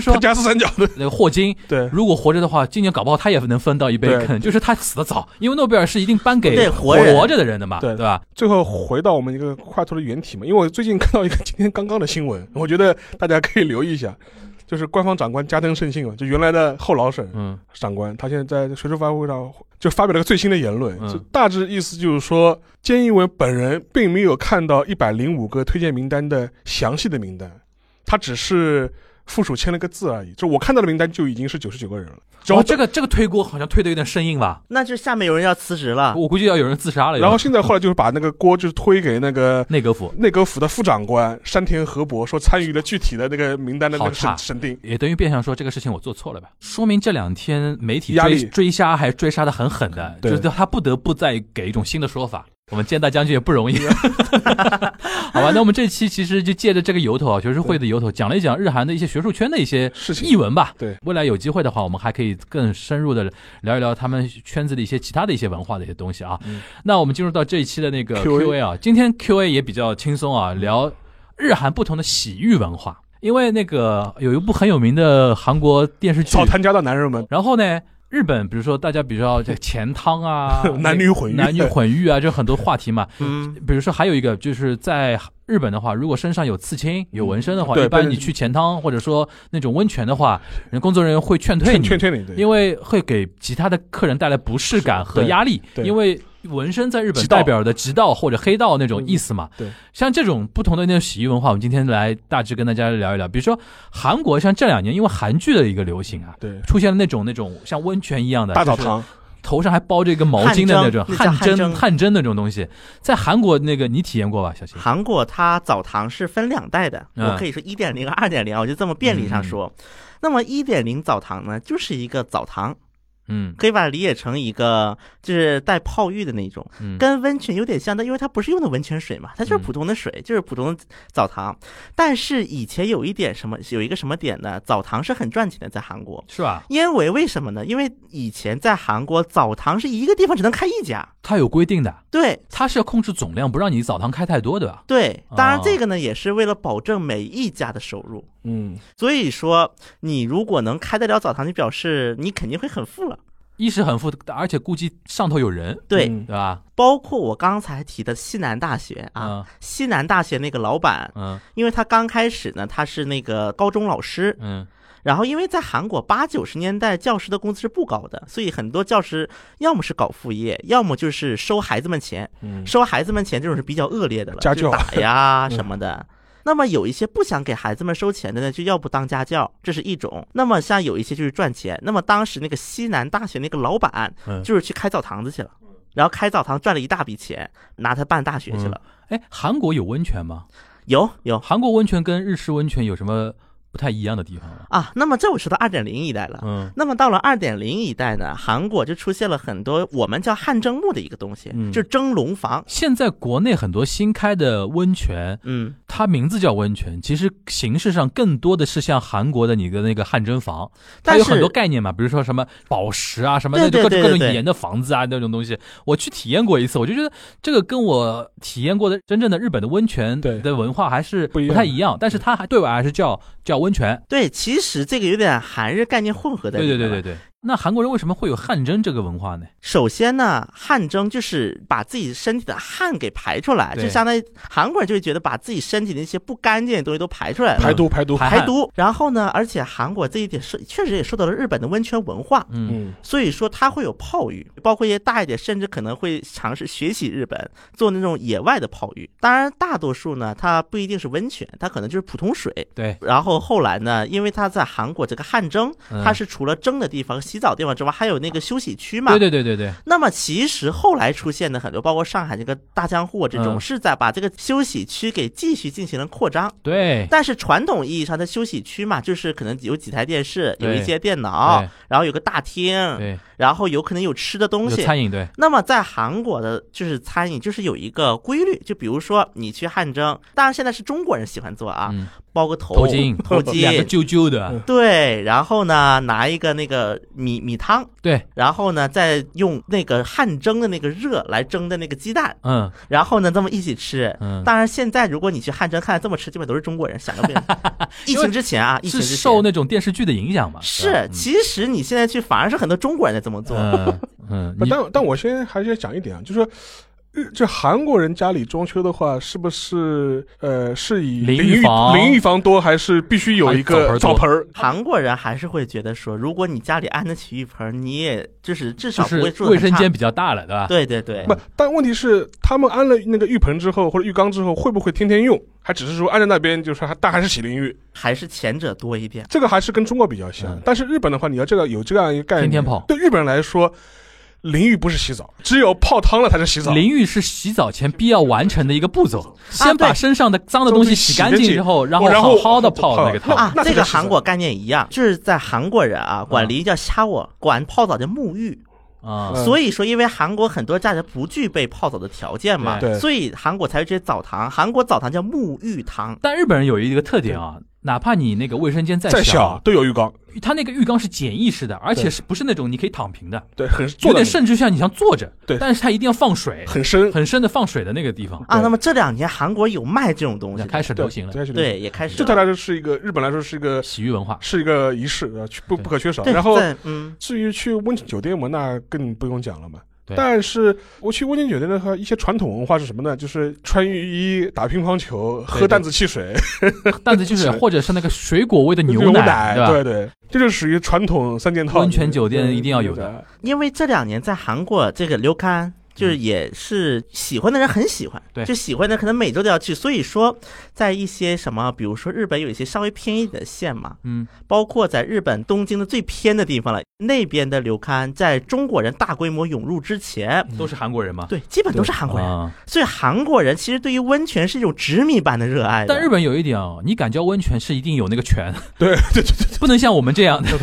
Speaker 2: 他
Speaker 3: 说
Speaker 2: 加斯三角的，
Speaker 3: 那个霍金
Speaker 2: 对
Speaker 3: 如果活着的话，今年搞不好他也能分到一杯
Speaker 2: 对
Speaker 3: 羹， 就是他死的早，因为诺贝尔是一定颁给
Speaker 4: 对
Speaker 3: 活
Speaker 4: 活人
Speaker 3: 着的人的嘛，
Speaker 2: 对
Speaker 3: 吧？
Speaker 2: 最后回到我们一个跨脱的原题嘛，因为我最近看到一个今天刚刚的新闻，我觉得大家可以留意一下，就是官方长官加藤胜信嘛，就原来的后老省
Speaker 3: 嗯
Speaker 2: 长官，他现在在学术发布会上就发表了个最新的言论，
Speaker 3: 嗯
Speaker 2: 就大致意思就是说，菅义伟本人并没有看到一百零五个推荐名单的详细的名单，他只是附属签了个字而已，就我看到的名单就已经是九十九个人了，然
Speaker 3: 哇
Speaker 2: 后
Speaker 3: 哦这个这个推锅好像推的有点生硬吧，
Speaker 4: 那就下面有人要辞职了，
Speaker 3: 我估计要有人自杀了。
Speaker 2: 啊然后现在后来就是把那个锅就是推给那个
Speaker 3: 内阁府
Speaker 2: 内阁府的副长官山田和博说参与了具体的那个名单的那
Speaker 3: 好
Speaker 2: 个审
Speaker 3: 差
Speaker 2: 审定，
Speaker 3: 也等于变相说这个事情我做错了吧？说明这两天媒体
Speaker 2: 压
Speaker 3: 追
Speaker 2: 力
Speaker 3: 追杀还追杀的很狠的，就
Speaker 2: 对
Speaker 3: 是他不得不再给一种新的说法。我们建大将军也不容易。 好吧，那我们这期其实就借着这个由头啊，学术会的由头，讲了一讲日韩的一些学术圈的一些
Speaker 2: 事情
Speaker 3: 译文吧。
Speaker 2: 对，
Speaker 3: 未来有机会的话，我们还可以更深入的聊一聊他们圈子的一些其他的一些文化的一些东西啊。
Speaker 2: 嗯
Speaker 3: 那我们进入到这一期的那个
Speaker 2: Q&A
Speaker 3: Q&A 啊，今天 Q&A 也比较轻松
Speaker 2: 嗯
Speaker 3: 啊，聊日韩不同的洗浴文化，因为那个有一部很有名的韩国电视剧
Speaker 2: 早，谈家的男人们，，
Speaker 3: 然后呢。日本，比如说大家比较这钱汤啊
Speaker 2: 男女混浴
Speaker 3: 男女混浴啊，这很多话题嘛。
Speaker 4: 嗯，
Speaker 3: 比如说还有一个就是在日本的话，如果身上有刺青、有纹身的话，
Speaker 2: 嗯对
Speaker 3: 一般
Speaker 2: 不
Speaker 3: 你
Speaker 2: 能
Speaker 3: 去钱汤或者说那种温泉的话，人工作人员会劝退
Speaker 2: 劝
Speaker 3: 你，
Speaker 2: 劝劝你，对，
Speaker 3: 因为会给其他的客人带来不适感和
Speaker 2: 对
Speaker 3: 压力，
Speaker 2: 对
Speaker 3: 因为。纹身在日本
Speaker 2: 极道
Speaker 3: 代表的极道或者黑道那种意思嘛，
Speaker 2: 嗯对，
Speaker 3: 像这种不同的那种洗浴文化，我们今天来大致跟大家聊一聊。比如说韩国，像这两年因为韩剧的一个流行啊，
Speaker 2: 对
Speaker 3: 出现了那种那种像温泉一样的
Speaker 2: 大澡，
Speaker 3: 就是
Speaker 2: 堂，
Speaker 3: 头上还包着一个毛巾的那种
Speaker 4: 汗蒸那叫
Speaker 3: 汗蒸
Speaker 4: 汗蒸
Speaker 3: 汗蒸那种东西，在韩国那个你体验过吧，小新？
Speaker 4: 韩国它澡堂是分两代的，
Speaker 3: 嗯
Speaker 4: 我可以说一点零、二点零，啊我就这么便利上说。那么一点零澡堂呢，就是一个澡堂，
Speaker 3: 嗯
Speaker 4: 可以把它理解成一个就是带泡浴的那种，
Speaker 3: 嗯，
Speaker 4: 跟温泉有点像，但因为它不是用的温泉水嘛，它就是
Speaker 3: 嗯
Speaker 4: 普通的水，就是普通的澡堂。但是以前有一点什么，有一个什么点呢？澡堂是很赚钱的，在韩国。
Speaker 3: 是吧？
Speaker 4: 因为为什么呢？因为以前在韩国澡堂是一个地方只能开一家，
Speaker 3: 它有规定的，
Speaker 4: 对
Speaker 3: 它是要控制总量，不让你澡堂开太多，对吧？
Speaker 4: 对。当然
Speaker 3: 哦
Speaker 4: 这个呢也是为了保证每一家的收入，
Speaker 2: 嗯，
Speaker 4: 所以说你如果能开得了澡堂，就表示你肯定会很富了。
Speaker 3: 一是很复杂，而且估计上头有人，
Speaker 4: 对，
Speaker 2: 嗯
Speaker 3: 对吧？
Speaker 4: 包括我刚才提的西南大学啊，
Speaker 3: 啊，
Speaker 4: 西南大学那个老板，
Speaker 3: 嗯
Speaker 4: 因为他刚开始呢，他是那个高中老师，
Speaker 3: 嗯
Speaker 4: 然后因为在韩国八九十年代教师的工资是不高的，所以很多教师要么是搞副业，要么就是收孩子们钱。
Speaker 2: 嗯，
Speaker 4: 收孩子们钱这种是比较恶劣的了，
Speaker 2: 家教
Speaker 4: 就 打呀
Speaker 2: 嗯
Speaker 4: 什么的。那么有一些不想给孩子们收钱的呢，就要不当家教，这是一种。那么像有一些就是赚钱。那么当时那个西南大学那个老板
Speaker 3: 嗯，
Speaker 4: 就是去开澡堂子去了，然后开澡堂赚了一大笔钱，拿他办大学去
Speaker 2: 嗯
Speaker 4: 了。
Speaker 3: 哎，韩国有温泉吗？
Speaker 4: 有有
Speaker 3: 韩国温泉跟日式温泉有什么不太一样的地方吗？
Speaker 4: 啊，那么这我说到二点零一代了。
Speaker 3: 嗯
Speaker 4: 那么到了二点零一代呢，韩国就出现了很多我们叫汗蒸木的一个东西，
Speaker 3: 嗯
Speaker 4: 就是蒸笼房。
Speaker 3: 现在国内很多新开的温泉，
Speaker 4: 嗯，
Speaker 3: 它名字叫温泉，其实形式上更多的是像韩国的你的那个汗蒸房，它
Speaker 4: 但
Speaker 3: 有
Speaker 4: 是
Speaker 3: 很多概念嘛，比如说什么宝石啊，什么那
Speaker 4: 对
Speaker 3: 种
Speaker 4: 对
Speaker 3: 各种各种
Speaker 4: 对对对
Speaker 3: 盐的房子啊那种东西，我去体验过一次，我就觉得这个跟我体验过的真正的日本的温泉
Speaker 2: 对
Speaker 3: 的文化还是
Speaker 2: 不一样
Speaker 3: 太一样，但是它还对我还是叫叫温泉。
Speaker 4: 对，其实这个有点韩日概念混合在
Speaker 3: 对对
Speaker 4: 里面
Speaker 3: 对
Speaker 4: 了
Speaker 3: 对对。那韩国人为什么会有汗蒸这个文化呢？
Speaker 4: 首先呢，汗蒸就是把自己身体的汗给排出来，
Speaker 3: 对
Speaker 4: 就相当于韩国人就会觉得把自己身体那些不干净的东西都排出来了，
Speaker 2: 排毒排毒，
Speaker 3: 嗯排
Speaker 4: 排
Speaker 3: 汗
Speaker 4: 毒。然后呢，而且韩国这一点是确实也受到了日本的温泉文化，
Speaker 3: 嗯，
Speaker 2: 嗯，
Speaker 4: 所以说它会有泡浴，包括一些大一点，甚至可能会尝试学习日本做那种野外的泡浴。当然，大多数呢，它不一定是温泉，它可能就是普通水。
Speaker 3: 对，
Speaker 4: 然后后来呢，因为它在韩国这个汗蒸，
Speaker 3: 嗯
Speaker 4: 它是除了蒸的地方、洗澡地方之外，还有那个休息区嘛。
Speaker 3: 对对对对对，
Speaker 4: 那么其实后来出现的很多，包括上海这个大江户啊这种，
Speaker 3: 嗯
Speaker 4: 是在把这个休息区给继续进行了扩张。
Speaker 3: 对，
Speaker 4: 但是传统意义上的休息区嘛，就是可能有几台电视，
Speaker 3: 对
Speaker 4: 有一些电脑，然后有个大厅，
Speaker 3: 对，
Speaker 4: 然后有可能有吃的嗯东
Speaker 3: 有
Speaker 4: 西。
Speaker 3: 餐饮对，
Speaker 4: 那么在韩国的，就是餐饮，就是有一个规律，就比如说你去汗蒸，当然现在是中国人喜欢做啊，
Speaker 3: 嗯，
Speaker 4: 包个头
Speaker 3: 头巾
Speaker 4: 头
Speaker 3: 两个
Speaker 4: 巾，
Speaker 3: 揪揪的，
Speaker 4: 对，然后呢拿一个那个米米汤，
Speaker 3: 对，
Speaker 4: 然后呢，再用那个汗蒸的那个热来蒸的那个鸡蛋，
Speaker 3: 嗯
Speaker 4: 然后呢这么一起吃。
Speaker 3: 嗯，
Speaker 4: 当然，现在如果你去汗蒸看这么吃，基本都是中国人，想个病。 疫情之前啊，疫情
Speaker 3: 是
Speaker 4: 之前
Speaker 3: 受那种电视剧的影响嘛？吧
Speaker 4: 是，其实你现在去反而是很多中国人在这么做。
Speaker 3: 嗯嗯，
Speaker 2: 不
Speaker 3: 你
Speaker 2: 但但我先还是要讲一点啊，就是说。日就韩国人家里装修的话，是不是呃是以
Speaker 3: 淋浴
Speaker 2: 淋浴
Speaker 3: 房
Speaker 2: 淋浴房多，还是必须有一
Speaker 3: 还
Speaker 2: 个
Speaker 3: 是澡
Speaker 2: 澡
Speaker 3: 盆
Speaker 2: 盆儿？
Speaker 4: 韩国人还是会觉得说，如果你家里安得起浴盆，你也就是至
Speaker 3: 就
Speaker 4: 少
Speaker 3: 是
Speaker 4: 不会住得
Speaker 3: 卫
Speaker 4: 很
Speaker 3: 生
Speaker 4: 差
Speaker 3: 间。比较大了，对吧？
Speaker 4: 对对对
Speaker 2: 不，但问题是他们安了那个浴盆之后或者浴缸之后，会不会天天用？还只是说安在那边，就是还但还是洗淋浴，
Speaker 4: 还是前者多一点。
Speaker 2: 这个还是跟中国比较像。
Speaker 3: 嗯
Speaker 2: 但是日本的话，你要这个有这样一个概念，
Speaker 3: 天天泡
Speaker 2: 对日本人来说，淋浴不是洗澡，只有泡汤了才是洗澡。
Speaker 3: 淋浴是洗澡前必要完成的一个步骤，先把
Speaker 4: 对
Speaker 3: 身上的脏的东西洗干净之后，然后
Speaker 2: 然后
Speaker 3: 好好的泡那个
Speaker 2: 泡
Speaker 3: 汤。
Speaker 4: 啊
Speaker 2: 那，
Speaker 4: 这
Speaker 2: 这个
Speaker 4: 个
Speaker 2: 是
Speaker 4: 韩国概念一样，就是在韩国人啊，管淋浴叫虾我，管泡澡叫沐浴。
Speaker 3: 啊
Speaker 2: 嗯
Speaker 4: 所以说，因为韩国很多大家不具备泡澡的条件嘛，
Speaker 2: 对
Speaker 4: 所以韩国才有这些澡堂。韩国澡堂叫沐浴堂，
Speaker 3: 但日本人有一个特点啊，哪怕你那个卫生间再
Speaker 2: 再小都有浴缸，
Speaker 3: 它那个浴缸是简易式的，而且
Speaker 2: 对
Speaker 3: 是不是那种你可以躺平的，
Speaker 2: 对，很
Speaker 3: 有
Speaker 2: 坐在
Speaker 3: 点
Speaker 2: 那里
Speaker 3: 甚至像你像坐着，
Speaker 2: 对
Speaker 3: 但是它一定要放水，
Speaker 2: 很深，
Speaker 3: 很深的放水的那个地方，
Speaker 4: 啊，
Speaker 2: 对
Speaker 4: 那么这两年韩国有卖这种东西
Speaker 3: 也
Speaker 4: 的，
Speaker 3: 开始
Speaker 2: 对
Speaker 3: 流行了
Speaker 2: 对，
Speaker 4: 对，也
Speaker 3: 啊
Speaker 4: 开始
Speaker 2: 这
Speaker 4: 了
Speaker 2: 对他来说是一个日本来说是一个
Speaker 3: 洗浴文化。
Speaker 2: 是一个仪式，呃不
Speaker 3: 对
Speaker 2: 不可缺少。
Speaker 4: 对
Speaker 2: 然后
Speaker 4: 在嗯，
Speaker 2: 至于去温泉酒店嘛，那更不用讲了嘛。
Speaker 3: 对
Speaker 2: 但是我去温泉酒店的话，一些传统文化是什么呢？就是穿浴衣、打乒乓球、喝
Speaker 3: 对
Speaker 2: 淡子汽水、
Speaker 3: 淡子汽水
Speaker 2: 是
Speaker 3: 或者是那个水果味的
Speaker 2: 牛
Speaker 3: 牛奶，对吧？
Speaker 2: 对对，这就属于传统三件套。
Speaker 3: 温泉酒店
Speaker 2: 对
Speaker 3: 一定要有的。
Speaker 2: 对
Speaker 4: 因为这两年在韩国这个流刊。就是也是喜欢的人很喜欢，
Speaker 3: 对
Speaker 4: 就喜欢的人可能每周都要去。所以说，在一些什么，比如说日本有一些稍微偏一点的县嘛，
Speaker 3: 嗯，
Speaker 4: 包括在日本东京的最偏的地方了，那边的流刊在中国人大规模涌入之前，
Speaker 3: 都是韩国人嘛，
Speaker 4: 对，基本都是韩国人。
Speaker 3: 嗯啊。
Speaker 4: 所以韩国人其实对于温泉是一种执迷般的热爱的。
Speaker 3: 但日本有一点哦，你敢叫温泉是一定有那个泉，
Speaker 2: 对
Speaker 3: 对对，不能像我们这样的，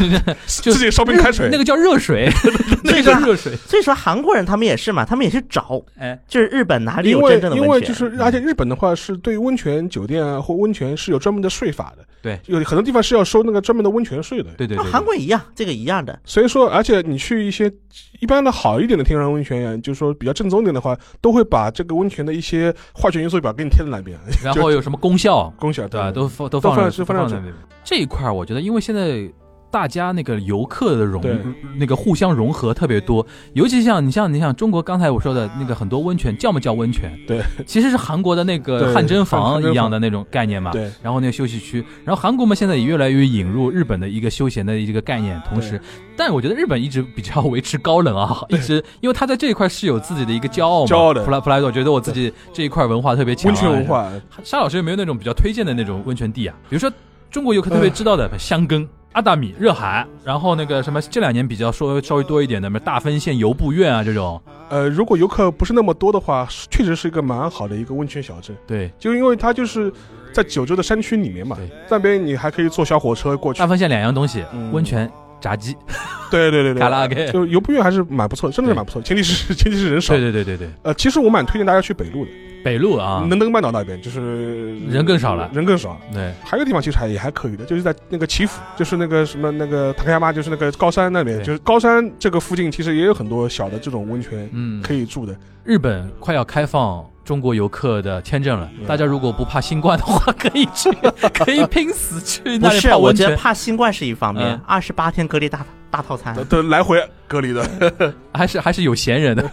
Speaker 3: 就
Speaker 2: 自己烧冰开水，
Speaker 3: 那个叫热水， 那
Speaker 4: 对
Speaker 3: 个叫热水。
Speaker 4: 所以说韩国人他们也是嘛，他们也去找，
Speaker 3: 哎，
Speaker 4: 就是日本哪里
Speaker 2: 因
Speaker 4: 有
Speaker 2: 为
Speaker 4: 真正的
Speaker 2: 因为
Speaker 4: 温
Speaker 2: 就
Speaker 4: 泉。嗯
Speaker 2: 是，而且日本的话是对温泉酒店啊或温泉是有专门的税法的，
Speaker 3: 对
Speaker 2: 有很多地方是要收那个专门的温泉税的。
Speaker 3: 对对
Speaker 4: 啊
Speaker 3: 对，
Speaker 4: 韩国一样，这个一样的。
Speaker 2: 所以说，而且你去一些一般的好一点的天然温泉，就是说比较正宗一点的话，都会把这个温泉的一些化学元素表给你贴在那边，
Speaker 3: 然后有什么功效，
Speaker 2: 功效
Speaker 3: 对吧？啊都放都
Speaker 2: 都
Speaker 3: 放
Speaker 2: 放
Speaker 3: 了
Speaker 2: 都
Speaker 3: 都
Speaker 2: 放
Speaker 3: 放
Speaker 2: 上
Speaker 3: 在那边。这一块儿我觉得，因为现在大家那个游客的融
Speaker 2: 对
Speaker 3: 那个互相融合特别多，尤其像你像你像中国刚才我说的那个很多温泉叫不叫温泉？
Speaker 2: 对，
Speaker 3: 其实是韩国的那
Speaker 2: 对
Speaker 3: 个汗蒸
Speaker 2: 汗
Speaker 3: 房
Speaker 2: 蒸
Speaker 3: 一样
Speaker 2: 房
Speaker 3: 的那种概念嘛。
Speaker 2: 对
Speaker 3: 然后那个休息区，然后韩国嘛，现在也越来越引入日本的一个休闲的一个概
Speaker 2: 啊
Speaker 3: 念，同时，但我觉得日本一直比较维持高冷 啊，一直因为他在这一块是有自己的一个骄傲嘛，
Speaker 2: 骄傲的
Speaker 3: 普拉普拉多觉得我自己这一块文化特别强、
Speaker 2: 温
Speaker 3: 啊，
Speaker 2: 泉文化。
Speaker 3: 沙老师有没有那种比较推荐的那种温泉地啊？比如说中国游客特别知道
Speaker 2: 嗯
Speaker 3: 的香根、阿达米、热海，然后那个什么这两年比较说稍微多一点的，什么大分县游步院啊这种。
Speaker 2: 呃，如果游客不是那么多的话，是确实是一个蛮好的一个温泉小镇，
Speaker 3: 对，
Speaker 2: 就因为它就是在九州的山区里面嘛
Speaker 3: 对，啊
Speaker 2: 那边你还可以坐小火车过去
Speaker 3: 大。分县两样东西，
Speaker 2: 嗯
Speaker 3: 温泉、炸鸡、
Speaker 2: 对对对
Speaker 3: 卡拉
Speaker 2: 对，
Speaker 3: OK。
Speaker 2: 就游步院还是蛮不错，真的是蛮不错，前提是 前提是人少
Speaker 3: 对。对对对对，
Speaker 2: 呃，其实我蛮推荐大家去北路的，
Speaker 3: 北路啊，
Speaker 2: 能登半岛那边，就是
Speaker 3: 人更少了
Speaker 2: 人更少。
Speaker 3: 对，
Speaker 2: 还有一个地方其实还也还可以的，就是在那个祈福，就是那个什么那个塔克亚妈，就是那个高山那边，
Speaker 3: 对
Speaker 2: 就是高山这个附近其实也有很多小的这种温泉
Speaker 3: 嗯，
Speaker 2: 可以住的。
Speaker 3: 日本快要开放中国游客的签证了
Speaker 2: 嗯，
Speaker 3: 大家如果不怕新冠的话，可以去，可以拼死去
Speaker 4: 不
Speaker 3: 那里
Speaker 4: 是，
Speaker 3: 泡
Speaker 4: 我
Speaker 3: 温
Speaker 4: 觉得
Speaker 3: 泉，
Speaker 4: 怕新冠是一方面
Speaker 3: 嗯，
Speaker 4: 二十八天隔离大大套餐
Speaker 2: 都。都来回隔离的，
Speaker 3: 还是还是有闲人的，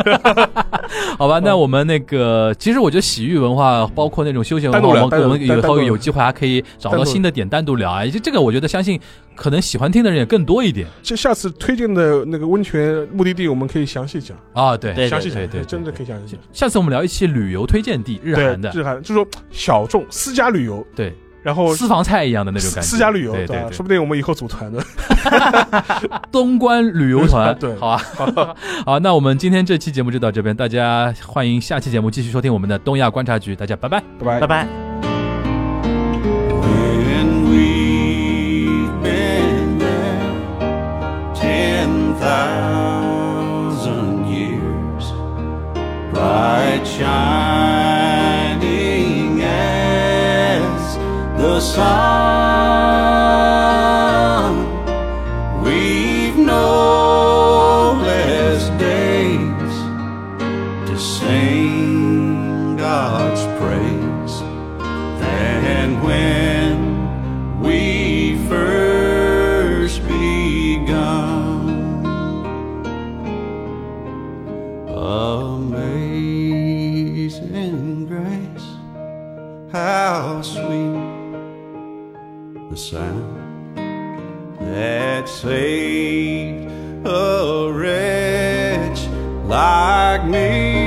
Speaker 3: 好吧？那我们那个，其实我觉得洗浴文化，包括那种休闲文化，
Speaker 2: 单独聊
Speaker 3: 我们
Speaker 2: 单
Speaker 3: 我
Speaker 2: 独
Speaker 3: 们
Speaker 2: 单
Speaker 3: 以
Speaker 2: 单独
Speaker 3: 后
Speaker 2: 聊
Speaker 3: 有机会还可以找
Speaker 2: 单
Speaker 3: 到
Speaker 2: 独
Speaker 3: 新的点单独聊啊。以及这个，我觉得相信可能喜欢听的人也更多一点
Speaker 2: 这下次推荐的那个温泉目的地，我们可以详细讲，
Speaker 3: 啊。对，
Speaker 4: 对
Speaker 2: 详细
Speaker 3: 对对
Speaker 2: 讲，
Speaker 3: 对
Speaker 2: 真的可以详细讲。
Speaker 3: 下次我们聊一期旅游推荐地，日
Speaker 2: 对
Speaker 3: 韩的，
Speaker 2: 日韩就是说小众私家旅游，
Speaker 3: 对，
Speaker 2: 然后
Speaker 3: 私房菜一样的那种
Speaker 2: 私
Speaker 3: 感觉。
Speaker 2: 私家旅游，
Speaker 3: 对对
Speaker 2: 吧？
Speaker 3: 对
Speaker 2: 说，不定我们以后组团 的，，
Speaker 3: 东关旅游团
Speaker 2: 对
Speaker 3: 好吧，啊好，那我们今天这期节目就到这边，大家欢迎下期节目继续收听我们的东亚观察局，大家拜拜。
Speaker 2: 拜拜
Speaker 4: 拜。拜。
Speaker 1: When we've been there ten thousand years, bright shining as the sun, we've no less days to sing God's praise than when we first begun. Amazing grace, how sweet the sound that saved a wretch like me.